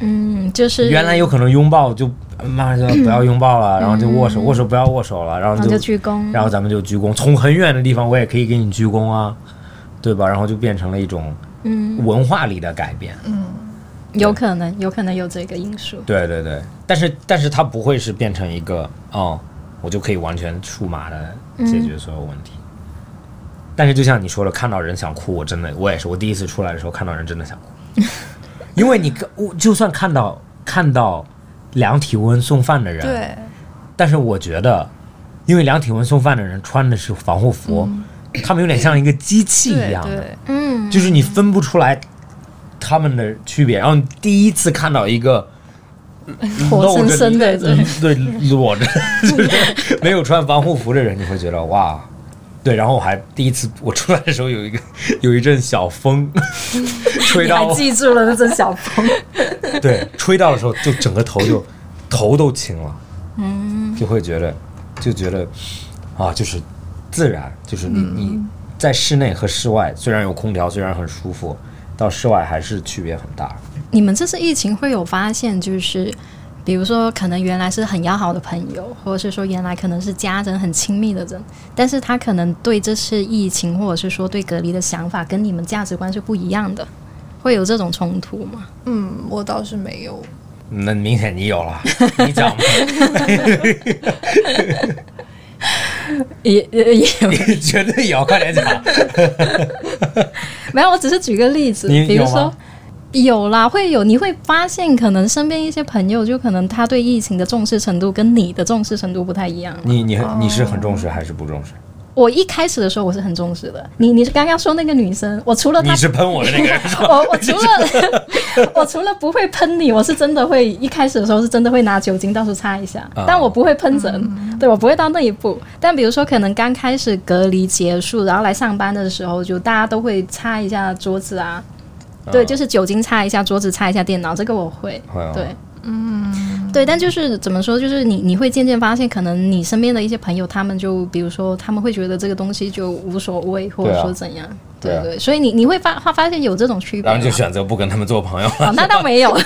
Speaker 1: 嗯，就是
Speaker 3: 原来有可能拥抱就马上就不要拥抱了，然后就握手，握手不要握手了，然后
Speaker 1: 嗯然
Speaker 3: 就
Speaker 1: 后就鞠躬，
Speaker 3: 然后咱们就鞠躬，从很远的地方我也可以给你鞠躬啊，对吧？然后就变成了一种文化里的改变。
Speaker 1: 有可能有可能有这个因素。
Speaker 3: 对对对，但是但是它不会是变成一个哦，我就可以完全数码的解决所有问题。但是就像你说的，看到人想哭，我真的我也是，我第一次出来的时候看到人真的想哭，因为你跟我就算看到看到量体温送饭的人，
Speaker 2: 对，
Speaker 3: 但是我觉得，因为量体温送饭的人穿的是防护服，他们有点像一个机器一
Speaker 2: 对
Speaker 3: 样的，
Speaker 2: 对，
Speaker 1: 嗯，
Speaker 3: 就是你分不出来他们的区别。然后你第一次看到一个 嗯
Speaker 1: 活生生的
Speaker 3: 露着呃 对裸 着就是没有穿防护服的人，你会觉得哇。对，然后我还第一次我出来的时候有一个有一阵小风吹
Speaker 4: 你
Speaker 3: 到
Speaker 4: 还
Speaker 3: 我，
Speaker 4: 记住了那阵小风，
Speaker 3: 对，吹到的时候就整个头 就头都青了，嗯，就会觉得就觉得啊，就是自然，就是你、你在室内和室外虽然有空调，虽然很舒服，到室外还是区别很大。
Speaker 1: 你们这次疫情会有发现，就是比如说，可能原来是很要好的朋友，或者是说原来可能是家人很亲密的人，但是他可能对这次疫情或者是说对隔离的想法跟你们价值观是不一样的，会有这种冲突吗？
Speaker 2: 嗯，我倒是没有，
Speaker 3: 那明显你有 了，你讲吧，
Speaker 4: 也也也
Speaker 3: 你绝对有，快点 讲。
Speaker 1: 没有，我只是举个例子，
Speaker 3: 你
Speaker 1: 比如
Speaker 3: 有
Speaker 1: 说
Speaker 3: 吗。
Speaker 1: 有啦，会有，你会发现，可能身边一些朋友，就可能他对疫情的重视程度跟你的重视程度不太一样。
Speaker 3: 你你你是很重视还是不重视？
Speaker 1: 我一开始的时候我是很重视的，你你刚刚说那个女生，我除了她
Speaker 3: 你是喷我的那 个人是吧？
Speaker 1: 我我除了我除了不会喷你，我是真的会一开始的时候是真的会拿酒精到处擦一下，
Speaker 3: 啊
Speaker 1: 但我不会喷人，对我不会到那一步。但比如说，可能刚开始隔离结束，然后来上班的时候，就大家都会擦一下桌子啊，对，就是酒精擦一下桌子，擦一下电脑，这个我会，
Speaker 3: 会啊
Speaker 1: 对。嗯，对，但就是怎么说，就是你你会渐渐发现，可能你身边的一些朋友，他们就比如说，他们会觉得这个东西就无所谓，或
Speaker 3: 对
Speaker 1: 者
Speaker 3: 啊
Speaker 1: 说怎样，
Speaker 3: 对啊
Speaker 1: 对，所以你你会发发发现有这种区别
Speaker 3: 然
Speaker 1: 吗，
Speaker 3: 后就选择不跟他们做朋友了。
Speaker 1: 哦，那倒没有，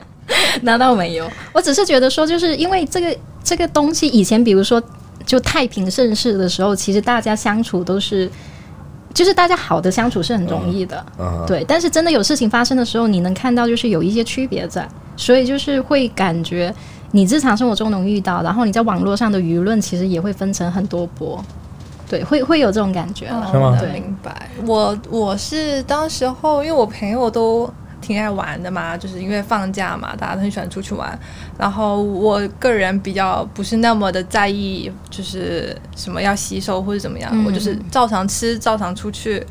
Speaker 1: 那倒没有。我只是觉得说，就是因为这个这个东西，以前比如说就太平盛世的时候，其实大家相处都是，就是大家好的相处是很容易的，
Speaker 3: 嗯
Speaker 1: 对。但是真的有事情发生的时候，你能看到就是有一些区别在，所以就是会感觉。你日常生活中能遇到，然后你在网络上的舆论其实也会分成很多波，对，会会有这种感觉了。
Speaker 3: 是吗
Speaker 2: 对嗯明白。我我是当时候，因为我朋友都挺爱玩的嘛，就是因为放假嘛，大家都很喜欢出去玩。然后我个人比较不是那么的在意，就是什么要洗手或者怎么样，我就是照常吃，照常出去。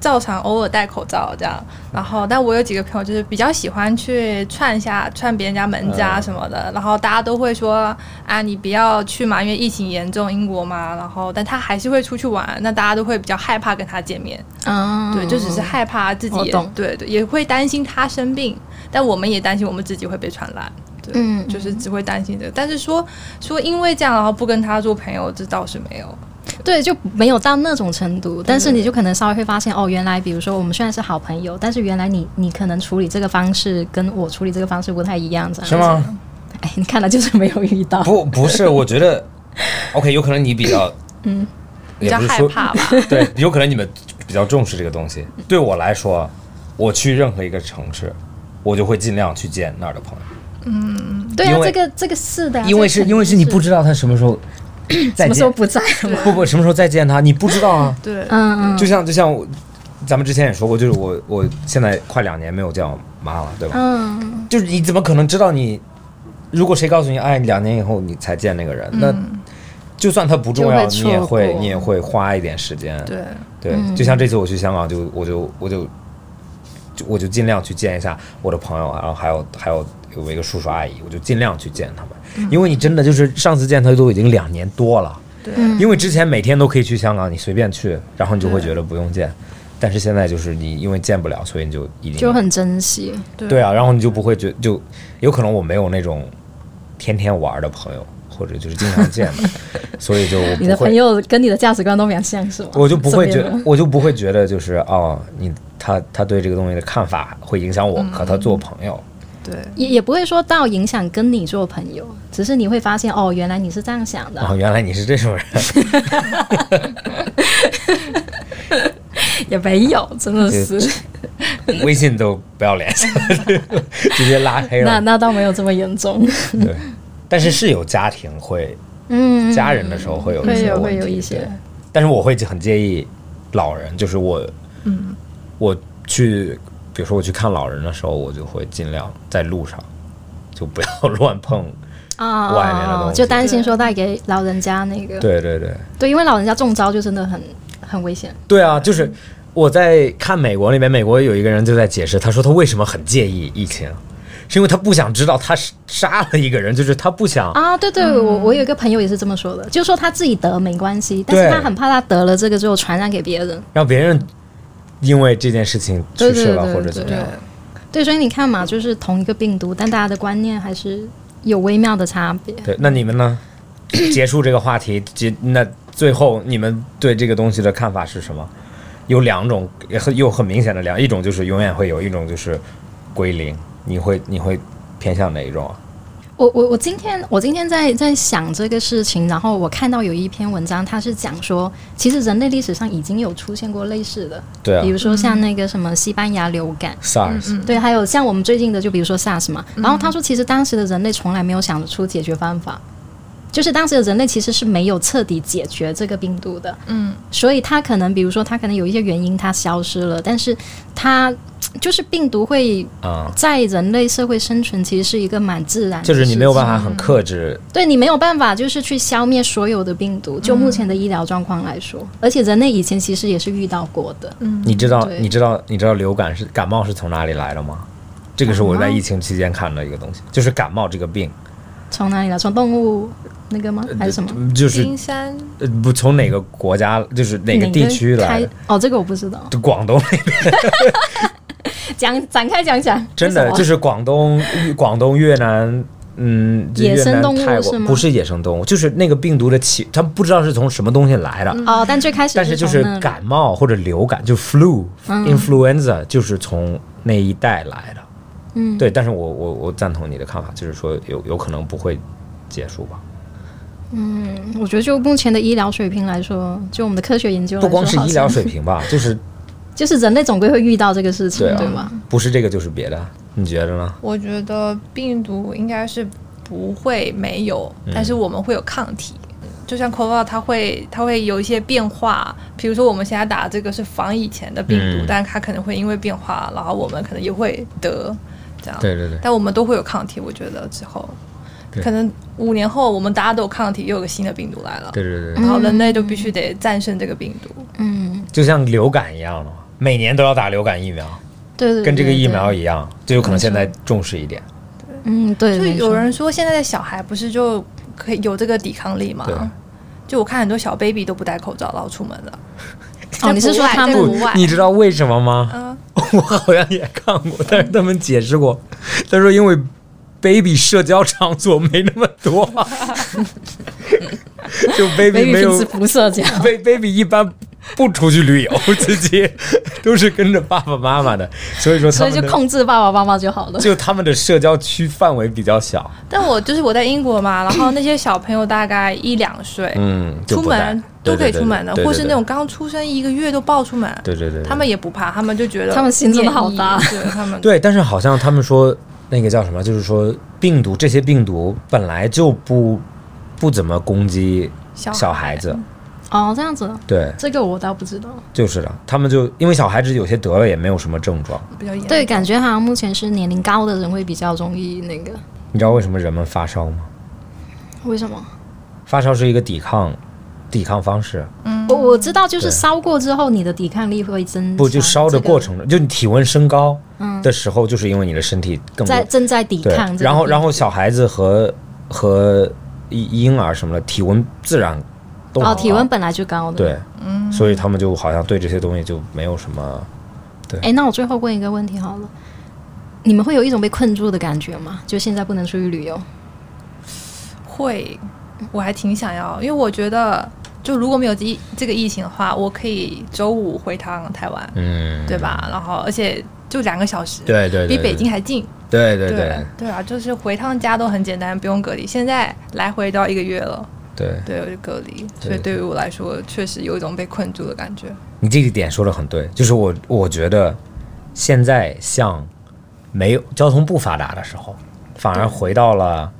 Speaker 2: 照常偶尔戴口罩这样，然后但我有几个朋友就是比较喜欢去串一下串别人家门子啊什么的，然后大家都会说啊你不要去嘛，因为疫情严重英国嘛，然后但他还是会出去玩，那大家都会比较害怕跟他见面，
Speaker 1: 嗯，
Speaker 2: 对，就只是害怕自己
Speaker 1: 我
Speaker 2: 也
Speaker 1: 懂
Speaker 2: 对对，也会担心他生病，但我们也担心我们自己会被传染，对，
Speaker 1: 嗯
Speaker 2: 就是只会担心这个。但是说说因为这样然后不跟他做朋友，这倒是没有，
Speaker 1: 对，就没有到那种程度，但是你就可能稍微会发现，哦，原来比如说我们虽然是好朋友，但是原来你你可能处理这个方式跟我处理这个方式不太一样，这样
Speaker 3: 是？吗？
Speaker 1: 哎，你看来就是没有遇到，
Speaker 3: 不，不是，我觉得，OK，有可能你比较，嗯，
Speaker 2: 比较害怕吧。
Speaker 3: 对，有可能你们比较重视这个东西。对我来说，我去任何一个城市，我就会尽量去见那儿的朋友。
Speaker 1: 对啊
Speaker 3: 因，为
Speaker 1: 这个这个是的啊、
Speaker 3: 因为是因为是你不
Speaker 1: 知
Speaker 3: 知道他什么时候
Speaker 1: 什
Speaker 3: 再
Speaker 1: 么时候
Speaker 3: 见，
Speaker 1: 不在，
Speaker 3: 不不什么时候再见他，你不知道啊。
Speaker 2: 对，
Speaker 1: 嗯嗯
Speaker 3: 就像就像我咱们之前也说过，就是我我现在快两年没有见我妈了，对吧？
Speaker 1: 嗯，
Speaker 3: 就是你怎么可能知道你？如果谁告诉你，哎，两年以后你才见那个人，那就算他不重要，
Speaker 1: 嗯就
Speaker 3: 你
Speaker 1: 会错
Speaker 3: 也
Speaker 1: 过
Speaker 3: 会你也会花一点时间。
Speaker 2: 对，
Speaker 3: 对，
Speaker 1: 嗯
Speaker 3: 就像这次我去香港就，我就我就就我就尽量去见一下我的朋友，啊然后还有还有有一个叔叔阿姨，我就尽量去见他们，因为你真的就是上次见他都已经两年多了，
Speaker 2: 对
Speaker 1: 嗯
Speaker 3: 因为之前每天都可以去香港，你随便去，然后你就会觉得不用见，但是现在就是你因为见不了，所以你就一定
Speaker 1: 就很珍惜，
Speaker 2: 对
Speaker 3: 对啊，然后你就不会觉就有可能我没有那种天天玩的朋友，或者就是经常见的，所以就我
Speaker 4: 你的
Speaker 3: 不会
Speaker 4: 朋友跟你的价值观都蛮像，是吗？
Speaker 3: 我就不会觉
Speaker 4: 身边的
Speaker 3: 我就不会觉得就是哦，你他他对这个东西的看法会影响我
Speaker 1: 嗯
Speaker 3: 和他做朋友。
Speaker 2: 对
Speaker 1: 也也不会说到影响跟你做朋友，只是你会发现哦，原来你是这样想的啊、
Speaker 3: 哦，原来你是这 种人，
Speaker 4: 也没有，真的是，
Speaker 3: 微信都不要联系了， 直接拉 黑
Speaker 4: 那
Speaker 3: 了。
Speaker 4: 那倒没有这么严重，
Speaker 3: 对，但是是有家庭会
Speaker 1: 嗯，
Speaker 3: 家人的时候会有一
Speaker 1: 会
Speaker 3: 些
Speaker 1: 有
Speaker 3: 问
Speaker 1: 会
Speaker 3: 题，
Speaker 1: 有一些
Speaker 3: 对但是我会很介意老人，就是我，嗯，我去，比如说我去看老人的时候，我就会尽量在路上就不要 乱碰。
Speaker 1: 啊，
Speaker 3: 外面的东西
Speaker 1: 就担心说带给老人家那个，
Speaker 3: 对对对，
Speaker 1: 对，因为老人家中招就真的很很危险，
Speaker 3: 对啊，就是我在看美国那边，美国有一个人就在解释，他说他为什么很介意疫情，是因为他不想知道他是杀了一个人，就是他不想。
Speaker 1: 啊，对对，我我有一个朋友也是这么说的，就是说他自己得没关系，但是
Speaker 3: 对
Speaker 1: 他很怕他得了这个之后传染给别人。
Speaker 3: 让别人因为这件事情去世
Speaker 1: 对对
Speaker 3: 了
Speaker 1: 对
Speaker 3: 或者怎么样。
Speaker 1: 对，所以你看嘛，就是同一个病毒，但大家的观念还是有微妙的差别。
Speaker 3: 对，那你 们呢？结束这个话题，结那最后你们对这个东西的看法是什么？有两种，也很又很明显的两，一种就是永远会有一种就是归零，你会你会偏向哪一种啊？
Speaker 1: 我我我今天我今天在在想这个事情，然后我看到有一篇文章，它是讲说，其实人类历史上已经有出现过类似的，
Speaker 3: 对啊
Speaker 1: 比如嗯说像那个什么西班牙流感，
Speaker 3: ，SARS，、
Speaker 1: 对，还有像我们最近的，就比如说 SARS 嘛。然后他说，其实当时的人类从来没有想出解决方法，就是当时的人类其实是没有彻底解决这个病毒的。
Speaker 2: 嗯，
Speaker 1: 所以它可能，比如说它可能有一些原因它消失了，但是它就是病毒会
Speaker 3: 啊、
Speaker 1: 在人类社会生存，其实是一个蛮自然的事
Speaker 3: 就
Speaker 1: 情，
Speaker 3: 是你没有办法很克制
Speaker 1: 对你没有办法，就是去消灭所有的病毒。就目前的医疗状况来说，而且人类以前其实也是遇到过的。
Speaker 3: 你知道
Speaker 1: 嗯对
Speaker 3: 你知道你知道流感是感冒是从哪里来的吗？这个是我在疫情期间看的一个东西，就是感冒这个病，
Speaker 1: 从哪里来？从动物那个
Speaker 3: 呃
Speaker 1: 吗？还是什么？
Speaker 3: 就是
Speaker 2: 金山
Speaker 3: 呃不从哪个国家，就是哪个地区来
Speaker 1: 开
Speaker 3: 的，？
Speaker 1: 哦，这个我不知道。
Speaker 3: 就广东那
Speaker 1: 讲展开讲讲，
Speaker 3: 真的就是是广东、广东、越南，嗯，就
Speaker 1: 野
Speaker 3: 越
Speaker 1: 生
Speaker 3: 南
Speaker 1: 动物
Speaker 3: 泰
Speaker 1: 是
Speaker 3: 国
Speaker 1: 吗
Speaker 3: 不是野生动物，就是那个病毒的起，他们不知道是从什么东西来的，
Speaker 1: 哦，但最开始
Speaker 3: 但是就是
Speaker 1: 从那
Speaker 3: 感冒或者流感，就是 flu、influenza，就是从那一带来的。
Speaker 1: 嗯
Speaker 3: 对。但是我我我赞同你的看法，就是说有有可能不会结束吧。
Speaker 1: 里，我觉得就目前的医疗水平来说，就我们的科学研究来
Speaker 3: 不
Speaker 1: 说
Speaker 3: 光是
Speaker 1: 好像
Speaker 3: 医疗，水平吧，就是
Speaker 1: 就是人类总归会遇到这个事情，
Speaker 3: 对
Speaker 1: 对
Speaker 3: 啊
Speaker 1: 吧？
Speaker 3: 不是这个就是别的，你觉得呢？
Speaker 2: 我觉得病毒应该是不会没有，
Speaker 3: 嗯
Speaker 2: 但是我们会有抗体。就像 c o v a 它会它会有一些变化，比如说我们现在打这个是防以前的病毒，
Speaker 3: 嗯
Speaker 2: 但它可能会因为变化，然后我们可能也会得这样。
Speaker 3: 对对对
Speaker 2: 但我们都会有抗体，我觉得之后
Speaker 3: 对
Speaker 2: 可能五年后我们大家都有抗体，又有个新的病毒来了，
Speaker 3: 对对对，
Speaker 2: 然后人类就必须得战胜这个病毒。
Speaker 1: 嗯，
Speaker 3: 就像流感一样的嘛，每年都要打流感疫苗，
Speaker 1: 对对，对
Speaker 3: 跟这个疫，苗
Speaker 1: 对
Speaker 3: 一样，就有可能现在重视一点。
Speaker 1: 嗯，对，
Speaker 2: 就
Speaker 1: 没错
Speaker 2: 有人说现在的小孩不是就可以有这个抵抗力吗
Speaker 3: 对？
Speaker 2: 就我看很多小 baby 都不戴口罩然后出门了。
Speaker 1: 哦，你是说他
Speaker 2: 在国
Speaker 1: 们
Speaker 2: 外
Speaker 3: 你知道为什么吗？
Speaker 2: 嗯
Speaker 3: 我好像也看过，但是他们解释过，他说因为 baby 社交场所没那么多，就 baby
Speaker 4: 美女
Speaker 3: 没
Speaker 4: 平
Speaker 3: 有
Speaker 4: 时不社交，
Speaker 3: baby baby 一般不出去旅游，自己都是跟着爸爸妈妈的，所以说他
Speaker 4: 所以
Speaker 3: 们
Speaker 4: 就
Speaker 3: 的
Speaker 4: 控制爸爸妈妈就好了。
Speaker 3: 就他们的社交区范围比较小，
Speaker 2: 但我就是我在英国嘛， 然后那些小朋友大概一两岁，
Speaker 3: 嗯，就
Speaker 2: 出
Speaker 3: 不带
Speaker 2: 门都可以出门的，
Speaker 3: 对对对对
Speaker 2: 或是那种刚出生一个月都抱出门，
Speaker 3: 对对对，对
Speaker 2: 他们也不怕，他们就觉得
Speaker 4: 他们心真的好大
Speaker 2: 免疫对他们
Speaker 3: 对，但是好像他们说那个叫什么，就是说病毒这些病毒本来就不不怎么攻击
Speaker 2: 小
Speaker 3: 小孩子，
Speaker 1: 哦，这样子，
Speaker 3: 对，
Speaker 4: 这个我倒不知道。
Speaker 3: 就是的，他们就因为小孩子有些得了也没有什么症状，
Speaker 2: 比较严，
Speaker 1: 对，感觉好像目前是年龄高的人会比较容易那个，
Speaker 3: 你知道为什么人们发烧吗？
Speaker 1: 为什么？
Speaker 3: 发烧是一个抵抗抵抗方式，
Speaker 1: 我我知道，就是
Speaker 3: 对
Speaker 1: 烧过之后，你的抵抗力会增强。
Speaker 3: 不就烧
Speaker 1: 嗯啊
Speaker 3: 的
Speaker 1: 这个
Speaker 3: 过程中，就你体温升高的时候，就是因为你的身体更
Speaker 1: 在正在抵
Speaker 3: 对
Speaker 1: 抗这，个
Speaker 3: 然后
Speaker 1: 病
Speaker 3: 然后小孩子和和婴婴儿什么的体温自然都
Speaker 1: 哦，
Speaker 3: 很
Speaker 1: 体
Speaker 3: 高
Speaker 1: 温本来就高的。
Speaker 3: 对，
Speaker 2: 嗯
Speaker 3: 所以他们就好像对这些东西就没有什么，
Speaker 1: 哎，那我最后问一个问题好了，你们会有一种被困住的感觉吗？就现在不能出去旅游，
Speaker 2: 会，我还挺想要，因为我觉得就如果没有疫这个疫情的话，我可以周五回趟台湾，
Speaker 3: 嗯，
Speaker 2: 对吧？然后而且就两个小时，
Speaker 3: 对？对对，
Speaker 2: 比
Speaker 3: 对
Speaker 2: 北京，还近，
Speaker 3: 对对
Speaker 2: 对
Speaker 3: 对
Speaker 2: 啊，就是回趟家都很简单，不用隔离。现在来回都要一个月了，
Speaker 3: 对，
Speaker 2: 对，我就隔离，
Speaker 3: 对
Speaker 2: 所以对于我来说，确实有一种被困住的感觉。
Speaker 3: 你这个点说的很对，就是我我觉得现在像没有交通不发达的时候，反而回到了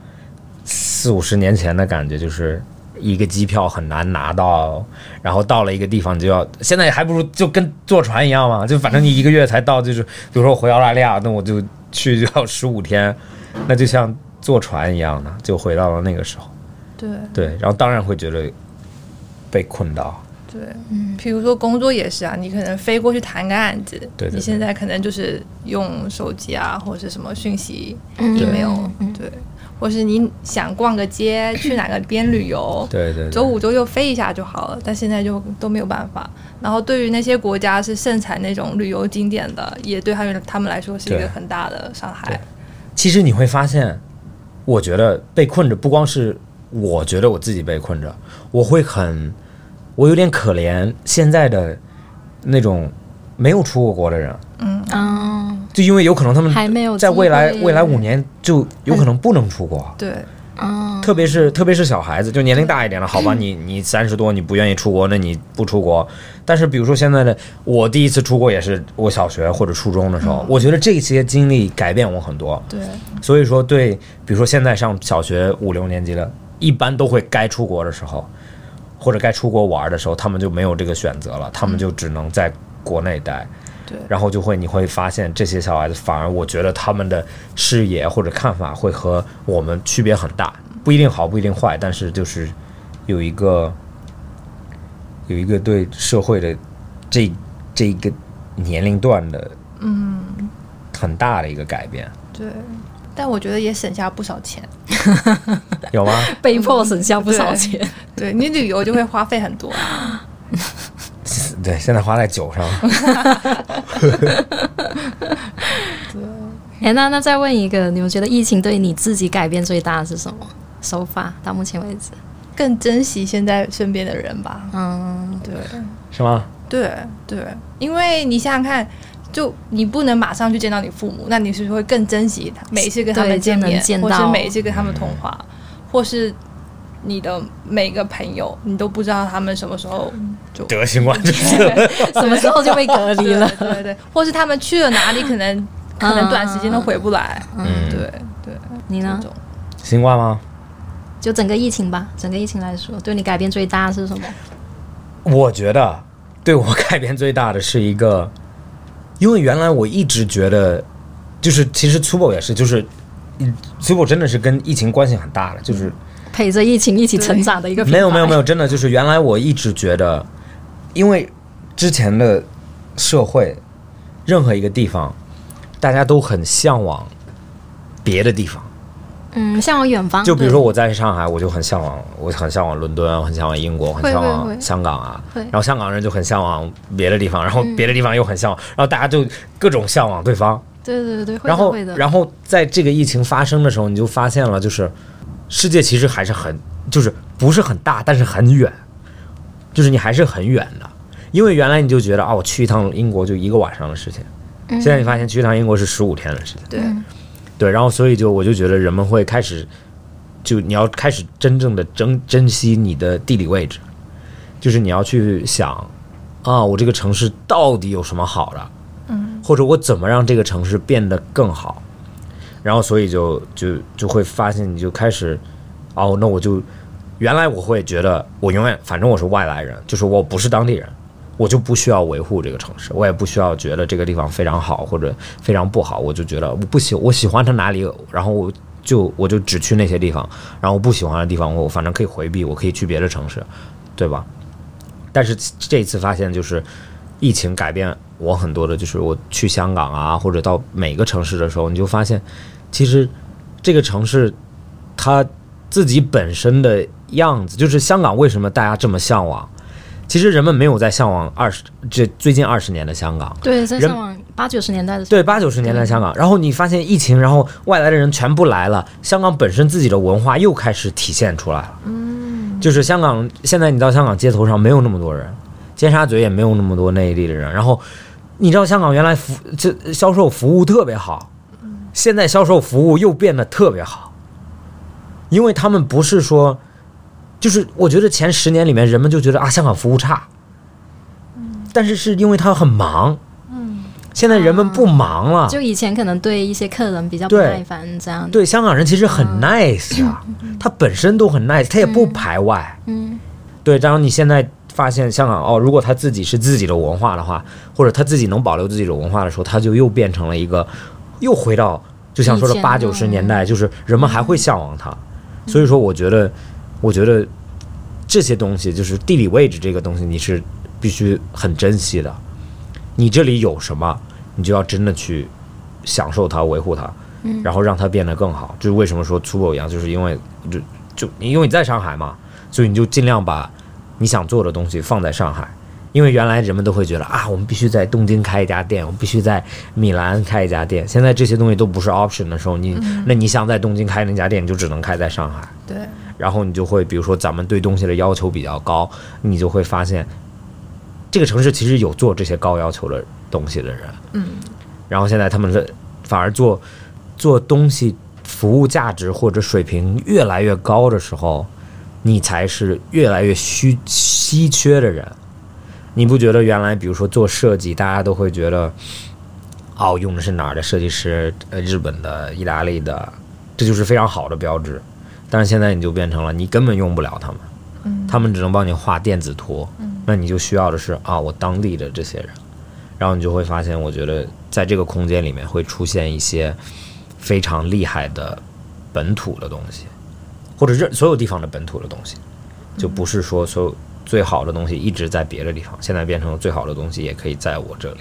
Speaker 3: 四五十年前的感觉，就是一个机票很难拿到，然后到了一个地方就要，现在还不如就跟坐船一样嘛，就反正你一个月才到，就是比如说我回澳大利亚，那我就去就要十五天，那就像坐船一样的，就回到了那个时候，
Speaker 2: 对
Speaker 3: 对，然后当然会觉得被困到，
Speaker 2: 对，比如说工作也是啊，你可能飞过去谈个案子，
Speaker 3: 对对对
Speaker 2: 你现在可能就是用手机啊，或者是什么讯息、
Speaker 1: 嗯
Speaker 2: email，对，或是你想逛个街，去哪个边旅游，
Speaker 3: 对对对，
Speaker 2: 周五周六飞一下就好了，但现在就都没有办法。然后对于那些国家是盛产那种旅游景点的，也对他们他们来说是一
Speaker 3: 对
Speaker 2: 个很大的伤害。
Speaker 3: 其实你会发现，我觉得被困着不光是我觉得我自己被困着，我会很，我有点可怜现在的那种没有出过国的人，
Speaker 1: 嗯，
Speaker 3: 就因为有可能他们
Speaker 1: 还没有
Speaker 3: 在未来
Speaker 1: 机会
Speaker 3: 未来五年就有可能不能出国。
Speaker 2: 对，
Speaker 1: 嗯，
Speaker 3: 特别是特别是小孩子，就年龄大一点了，好吧，你你三十多，你不愿意出国，那你不出国。但是比如说现在的我第一次出国也是我小学或者初中的时
Speaker 1: 嗯
Speaker 3: 候，我觉得这些经历改变我很多。
Speaker 2: 对，
Speaker 3: 所以说对，比如说现在上小学五六年级了，一般都会该出国的时候，或者该出国玩的时候，他们就没有这个选择了，他们就只能在国内待。
Speaker 2: 对
Speaker 3: 然后就会你会发现这些小孩子，反而我觉得他们的视野或者看法会和我们区别很大，不一定好，不一定坏，但是就是有一个有一个对社会的这这一个年龄段的嗯很大的一个改变，
Speaker 2: 对。但我觉得也省下不少钱。
Speaker 3: 有吗？
Speaker 4: 被迫省下不少
Speaker 2: 对
Speaker 4: 钱，
Speaker 2: 对你旅游就会花费很多啊。
Speaker 3: 对，现在花在酒上。
Speaker 1: 哎，那那再问一个，你们觉得疫情对你自己改变最大的是什么？手法到目前为止，
Speaker 2: 更珍惜现在身边的人吧。
Speaker 1: 嗯，
Speaker 2: 对，
Speaker 3: 是吗？
Speaker 2: 对，对，因为你想想看，就你不能马上去见到你父母，那你是不是会更珍惜他每一次跟他
Speaker 1: 对
Speaker 2: 们见
Speaker 1: 就能
Speaker 2: 面，
Speaker 1: 见
Speaker 2: 或是
Speaker 1: 到
Speaker 2: 每一次跟他们通话，或是你的每个朋友，你都不知道他们什么时候就
Speaker 3: 得新冠就是，
Speaker 1: 什么时候就被隔离
Speaker 2: 对
Speaker 1: 了？
Speaker 3: 嗯
Speaker 2: 对对，或是他们去了哪里，可能可能短时间都回不来。
Speaker 3: 嗯，
Speaker 2: 对对，
Speaker 1: 你
Speaker 2: 这
Speaker 1: 呢？
Speaker 2: 种
Speaker 3: 新冠吗？
Speaker 1: 就整个疫情吧，整个疫情来说，对你改变最大的是什么？
Speaker 3: 我觉得对我改变最大的是一个，因为原来我一直觉得，就是其实粗 u 也是，就是嗯 u b 真的是跟疫情关系很大的，就是
Speaker 1: 陪着疫情一起成长的一个
Speaker 3: 没有没有没
Speaker 1: 有，
Speaker 3: 有，真的就是原来我一直觉得，因为之前的社会，任何一个地方，大家都很向往别的地方。
Speaker 1: 嗯，向往远方，
Speaker 3: 就比如说我在上海，我就很向往，我很向往伦敦，我很向往英国，我很
Speaker 1: 会
Speaker 3: 向
Speaker 1: 会
Speaker 3: 往
Speaker 1: 会
Speaker 3: 香港啊。
Speaker 1: 会嗯
Speaker 3: 然后香港人就很向往别的地方，然后别的地方又很向往，然后大家就各种向往对方。
Speaker 1: 对，对对对，会
Speaker 3: 然
Speaker 1: 的
Speaker 3: 后
Speaker 1: 会，的，
Speaker 3: 然后在这个疫情发生的时候，你就发现了，就是世界其实还是很，就是不是很大，但是很远，就是你还是很远的。因为原来你就觉得啊，我去一趟英国就一个晚上的事情，
Speaker 1: 嗯
Speaker 3: 现在你发现去一趟英国是十五天的事情。
Speaker 2: 对
Speaker 3: 对，然后所以就我就觉得人们会开始，就你要开始真正的珍珍惜你的地理位置，就是你要去想啊，我这个城市到底有什么好的，嗯，或者我怎么让这个城市变得更好。然后所以就就就会发现你就开始，哦，那我就原来我会觉得我永远反正我是外来人，就是我不是当地人，我就不需要维护这个城市，我也不需要觉得这个地方非常好或者非常不好，我就觉得我不喜我喜欢它哪里，然后我就我就只去那些地方，然后我不喜欢的地方我反正可以回避，我可以去别的城市，对吧？但是这一次发现就是疫情改变我很多的，就是我去香港啊，或者到每个城市的时候，你就发现其实这个城市它自己本身的样子，就是香港为什么大家这么向往？其实人们没有在向往二十这最近二十年的香港，
Speaker 1: 对，在
Speaker 3: 人
Speaker 1: 上网八九十年代的时候，
Speaker 3: 对，八九十年代香港，然后你发现疫情，然后外来的人全部来了，香港本身自己的文化又开始体现出来了。嗯，就是香港现在你到香港街头上没有那么多人，尖沙咀也没有那么多内地的人，然后你知道香港原来服这销售服务特别好，现在销售服务又变得特别好，因为他们不是说，就是我觉得前十年里面人们就觉得啊香港服务差，但是是因为他很忙。现在人们不忙了，
Speaker 1: 啊就以前可能对一些客人比较不
Speaker 3: 对
Speaker 1: 耐烦这样。
Speaker 3: 对，香港人其实很 nice 啊，他本身都很 nice，他也不排外。
Speaker 1: 嗯，
Speaker 3: 对，然后你现在发现香港哦，如果他自己是自己的文化的话，或者他自己能保留自己的文化的时候，他就又变成了一个，又回到就像说
Speaker 1: 以
Speaker 3: 的
Speaker 1: 前
Speaker 3: 八九十年代，就是人们还会向往它。所以说，我觉得，我觉得这些东西就是地理位置这个东西，你是必须很珍惜的。你这里有什么，你就要真的去享受它、维护它，然后让它变得更好。就是为什么说粗鲁一样，就是因为就就因为你在上海嘛，所以你就尽量把你想做的东西放在上海。因为原来人们都会觉得啊，我们必须在东京开一家店，我们必须在米兰开一家店。现在这些东西都不是 option 的时候，你、那你想在东京开那家店，你就只能开在上海。
Speaker 2: 对，
Speaker 3: 然后你就会，比如说咱们对东西的要求比较高，你就会发现，这个城市其实有做这些高要求的东西的人，嗯，然后现在他们是反而做做东西服务价值或者水平越来越高的时候，你才是越来越稀稀缺的人。你不觉得原来比如说做设计，大家都会觉得，哦，用的是哪儿的设计师？呃，日本的、意大利的，这就是非常好的标志。但是现在你就变成了你根本用不了他们，他们只能帮你画电子图，那你就需要的是啊，我当地的这些人，然后你就会发现，我觉得在这个空间里面会出现一些非常厉害的本土的东西，或者任所有地方的本土的东西，就不是说所有最好的东西一直在别的地方，现在变成了最好的东西也可以在我这里。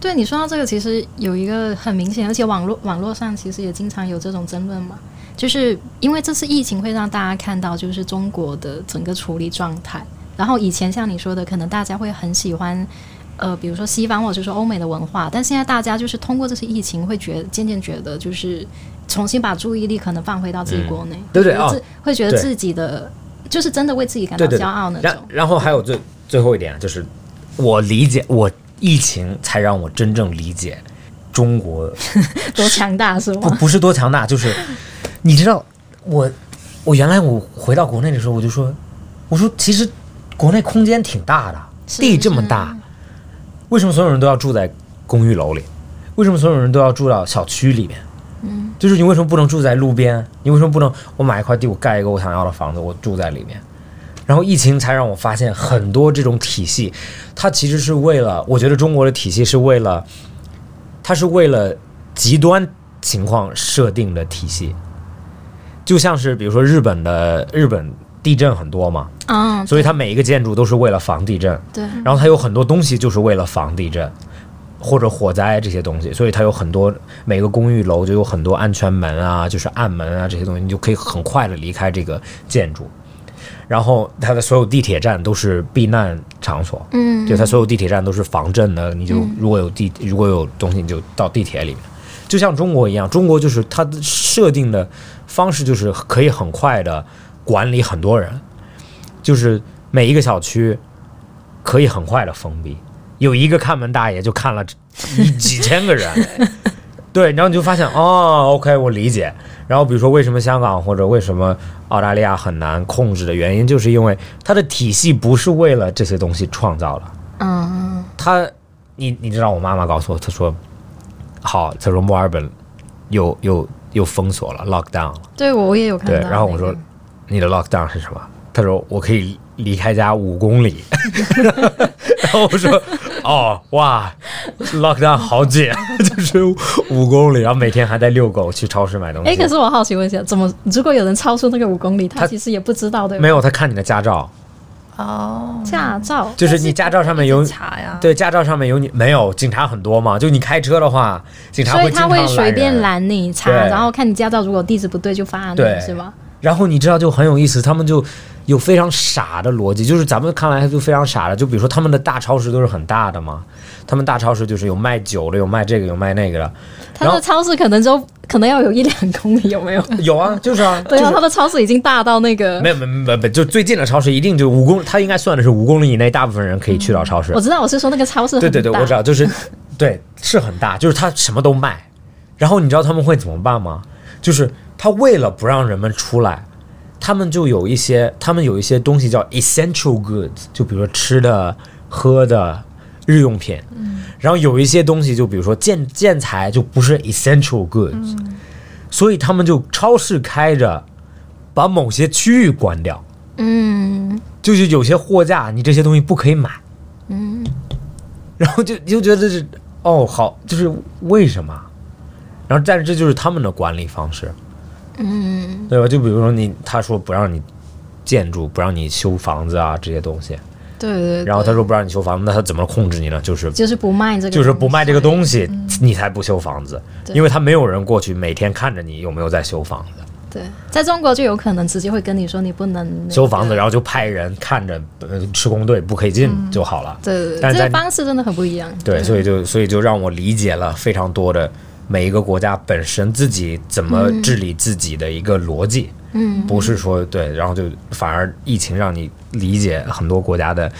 Speaker 1: 对你说到这个，其实有一个很明显，而且网络网络上其实也经常有这种争论嘛，就是因为这次疫情会让大家看到就是中国的整个处理状态。然后以前像你说的，可能大家会很喜欢，呃，比如说西方或者说欧美的文化，但现在大家就是通过这次疫情，会觉渐渐觉得就是重新把注意力可能放回到自己国内，
Speaker 3: 对对
Speaker 1: 会觉得
Speaker 3: 哦
Speaker 1: 自会觉得
Speaker 3: 对
Speaker 1: 自己的就是真的为自己感到
Speaker 3: 对对
Speaker 1: 骄傲那
Speaker 3: 然
Speaker 1: 种。
Speaker 3: 然后还有最最后一点就是，我理解我疫情才让我真正理解中国
Speaker 1: 多强大是
Speaker 3: 不
Speaker 1: 吗？
Speaker 3: 不是多强大，就是你知道我我原来我回到国内的时候，我就说我说其实国内空间挺大的，
Speaker 1: 是
Speaker 3: 地这么大，为什么所有人都要住在公寓楼里？为什么所有人都要住到小区里面？嗯，就是你为什么不能住在路边？你为什么不能我买一块地，我盖一个我想要的房子，我住在里面？然后疫情才让我发现很多这种体系，它其实是为了，我觉得中国的体系是为了，它是为了极端情况设定的体系，就像是比如说日本的日本地震很多嘛，
Speaker 1: 嗯，
Speaker 3: 所以它每一个建筑都是为了防地震，
Speaker 1: 对，
Speaker 3: 然后它有很多东西就是为了防地震或者火灾这些东西，所以它有很多每个公寓楼就有很多安全门啊，就是暗门啊这些东西，你就可以很快的离开这个建筑。然后它的所有地铁站都是避难场所，
Speaker 1: 嗯，
Speaker 3: 对，它所有地铁站都是防震的，你就如果有地如果有东西，你就到地铁里面。就像中国一样，中国就是它的设定的方式就是可以很快的管理很多人，就是每一个小区可以很快的封闭，有一个看门大爷就看了几几千个人， 对，然后你就发现哦，OK，我理解。然后比如说为什么香港或者为什么澳大利亚很难控制的原因，就是因为它的体系不是为了这些东西创造的，
Speaker 1: 嗯，
Speaker 3: 他，你你知道我妈妈告诉我，她说，好，她说墨尔本有有又封锁了 lockdown 了。
Speaker 1: 对我我也有看
Speaker 3: 对，
Speaker 1: 到。
Speaker 3: 然后我说，你的 lockdown 是什么？他说我可以离开家五 公里。然后我说哦哇，lockdown 好解， 就是五公里，然后每天还在遛狗去超市买东西。
Speaker 1: 哎，可是我好奇问一下，怎么如果有人超出那个五公里，
Speaker 3: 他
Speaker 1: 他其实也不知道对吧？
Speaker 3: 没有，他看你的驾照，
Speaker 2: 哦，
Speaker 1: 驾照，
Speaker 3: 就是你驾照上面有
Speaker 2: 查呀，，
Speaker 3: 对驾照上面有你没有警察很多嘛？就你开车的话，警察
Speaker 1: 所以
Speaker 3: 经
Speaker 1: 他
Speaker 3: 常
Speaker 1: 会随便
Speaker 3: 人。
Speaker 1: 拦你查，
Speaker 3: 对
Speaker 1: 然后看你驾照，如果地址不对就罚你
Speaker 3: 对，
Speaker 1: 是吧？？
Speaker 3: 然后你知道就很有意思，他们就有非常傻的逻辑，就是咱们看来就非常傻的，就比如说他们的大超市都是很大的嘛，他们大超市就是有卖酒的，有卖这个，有卖那个的，
Speaker 1: 他
Speaker 3: 然后
Speaker 1: 的超市可能就可能要有一两公里，有没有？
Speaker 3: 有啊，就是啊，
Speaker 1: 嗯对
Speaker 3: 就
Speaker 1: 啊，
Speaker 3: 是
Speaker 1: 他的超市已经大到那个
Speaker 3: 没。有没有没有，没有就最近的超市一定就五公，他应该算的是五公里以内，大部分人可以去到超市。
Speaker 1: 我知道，我是说那个超市很
Speaker 3: 对对对，
Speaker 1: 大
Speaker 3: 我知道，就是对是很大，就是他什么都卖。然后你知道他们会怎么办吗？就是他为了不让人们出来，他们就有一些，他们有一些东西叫 essential goods，就比如说吃的、喝的、日用品。
Speaker 1: 嗯
Speaker 3: 然后有一些东西，就比如说建建材，就不是 essential goods，、所以
Speaker 1: 嗯
Speaker 3: 他们就超市开着，把某些区域关掉。
Speaker 1: 嗯，
Speaker 3: 就是有些货架你这些东西不可以买，嗯，然后就你就觉得是哦好，就是为什么？然后但是这就是他们的管理方式，嗯，对吧？就比如说你他说不让你建筑，不让你修房子啊这些东西，
Speaker 1: 对对对。
Speaker 3: 然后他说不让你修房子，那他怎么控制你呢？就是
Speaker 1: 就是不卖这个，
Speaker 3: 就是不卖这个东西，你才不修房子，
Speaker 1: 嗯对
Speaker 3: 因为他没有人过去每天看着你有没有在修房子，
Speaker 1: 对，在中国就有可能直接会跟你说你不能那个
Speaker 3: 修房子，然后就派人看着，呃，施工队不可以进就好了。
Speaker 1: 嗯对对
Speaker 3: 但
Speaker 1: 对，这
Speaker 3: 是在
Speaker 1: 个方式真的很不一样。
Speaker 3: 对，所以就所以就让我理解了非常多的每一个国家本身自己怎么治理自己的一个逻辑，
Speaker 1: 嗯，
Speaker 3: 不是说对，然后就反而疫情让你理解很多国家的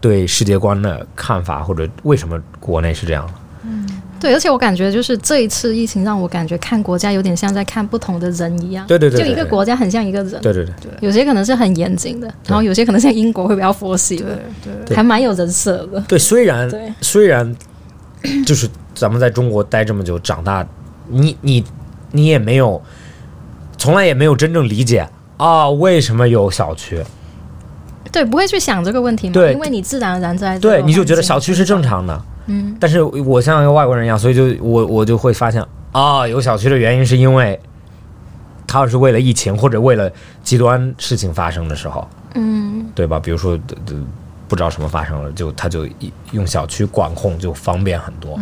Speaker 3: 对世界观的看法，或者为什么国内是这样。
Speaker 1: 嗯对，而且我感觉就是这一次疫情让我感觉看国家有点像在看不同的人一样，
Speaker 3: 对对对对
Speaker 1: 就一个
Speaker 3: 对
Speaker 1: 国家很像一个人，
Speaker 3: 对对对，
Speaker 1: 有些可能是很严谨的，然后有些可能像英国会比较佛系的，还蛮有人设的。
Speaker 3: 对，虽然
Speaker 1: 对
Speaker 3: 虽然就是咱们在中国待这么久，长大，你你你也没有，从来也没有真正理解啊，为什么有小区？
Speaker 1: 对，不会去想这个问题嘛，
Speaker 3: 对
Speaker 1: 因为你自然而然在这个
Speaker 3: 对，你就觉得
Speaker 1: 环境
Speaker 3: 小区是正常的。嗯，但是我像一个外国人一样，所以就我我就会发现啊、有小区的原因是因为它是为了疫情或者为了极端事情发生的时候，嗯，对吧？比如说、呃呃不知道什么发生了，就他就一用小区管控就方便很多。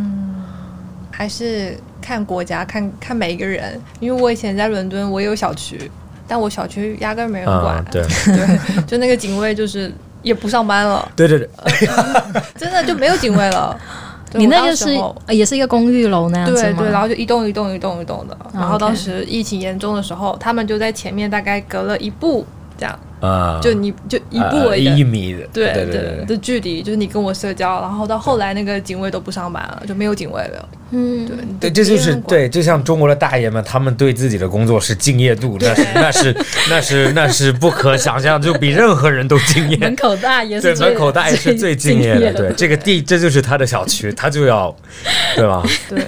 Speaker 2: 还是看国家，看看每一个人。因为我以前在伦敦，我也有小区，但我小区压根儿没人管，
Speaker 3: 啊、对
Speaker 2: 对，就那个警卫就是也不上班了，
Speaker 3: 对对对，
Speaker 2: 真的就没有警卫 了。对
Speaker 1: 你
Speaker 2: 我
Speaker 1: 那
Speaker 2: 当
Speaker 1: 个
Speaker 2: 时
Speaker 1: 是
Speaker 2: 候
Speaker 1: 呃也是一个公寓楼那样子
Speaker 2: 对
Speaker 1: 吗？啊
Speaker 2: 对，然后就一栋一栋一栋一栋的。然后
Speaker 1: OK
Speaker 2: 当时疫情严重的时候，他们就在前面大概隔了一步这样，
Speaker 3: 啊、
Speaker 2: 就你就一
Speaker 3: 呃
Speaker 2: 步而已的。
Speaker 3: 一米的，
Speaker 2: 对
Speaker 3: 对
Speaker 2: 的
Speaker 3: 对
Speaker 2: 的距离，就是你跟我社交，然后到后来那个警卫都不上班了，就没有警卫了。
Speaker 1: 嗯，
Speaker 2: 对，
Speaker 3: 对，这就
Speaker 2: 没
Speaker 3: 是
Speaker 2: 人管，
Speaker 3: 对，就像中国的大爷们，他们对自己的工作是敬业度，那是那是那是那是不可想象，就比任何人都敬业
Speaker 1: 门。口大也
Speaker 3: 对，
Speaker 1: 是
Speaker 3: 门口大爷是最敬业的。
Speaker 1: 的，
Speaker 3: 对，这个地这就是他的小区，他就要，对吧？
Speaker 2: 对，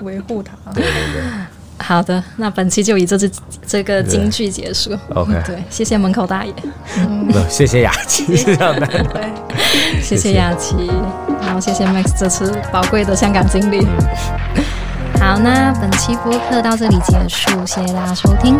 Speaker 2: 维护他。
Speaker 3: 对对对
Speaker 1: 好的，那本期就以这支这个京剧结束。
Speaker 3: ，OK，
Speaker 1: 对，谢谢门口大爷，
Speaker 3: 那谢谢雅琪，是这样的。
Speaker 2: 对。
Speaker 1: 谢
Speaker 3: 谢
Speaker 1: 谢雅琪，然后谢谢 Max 这次宝贵的香港经历。好，那本期播客到这里结束，谢谢大家收听。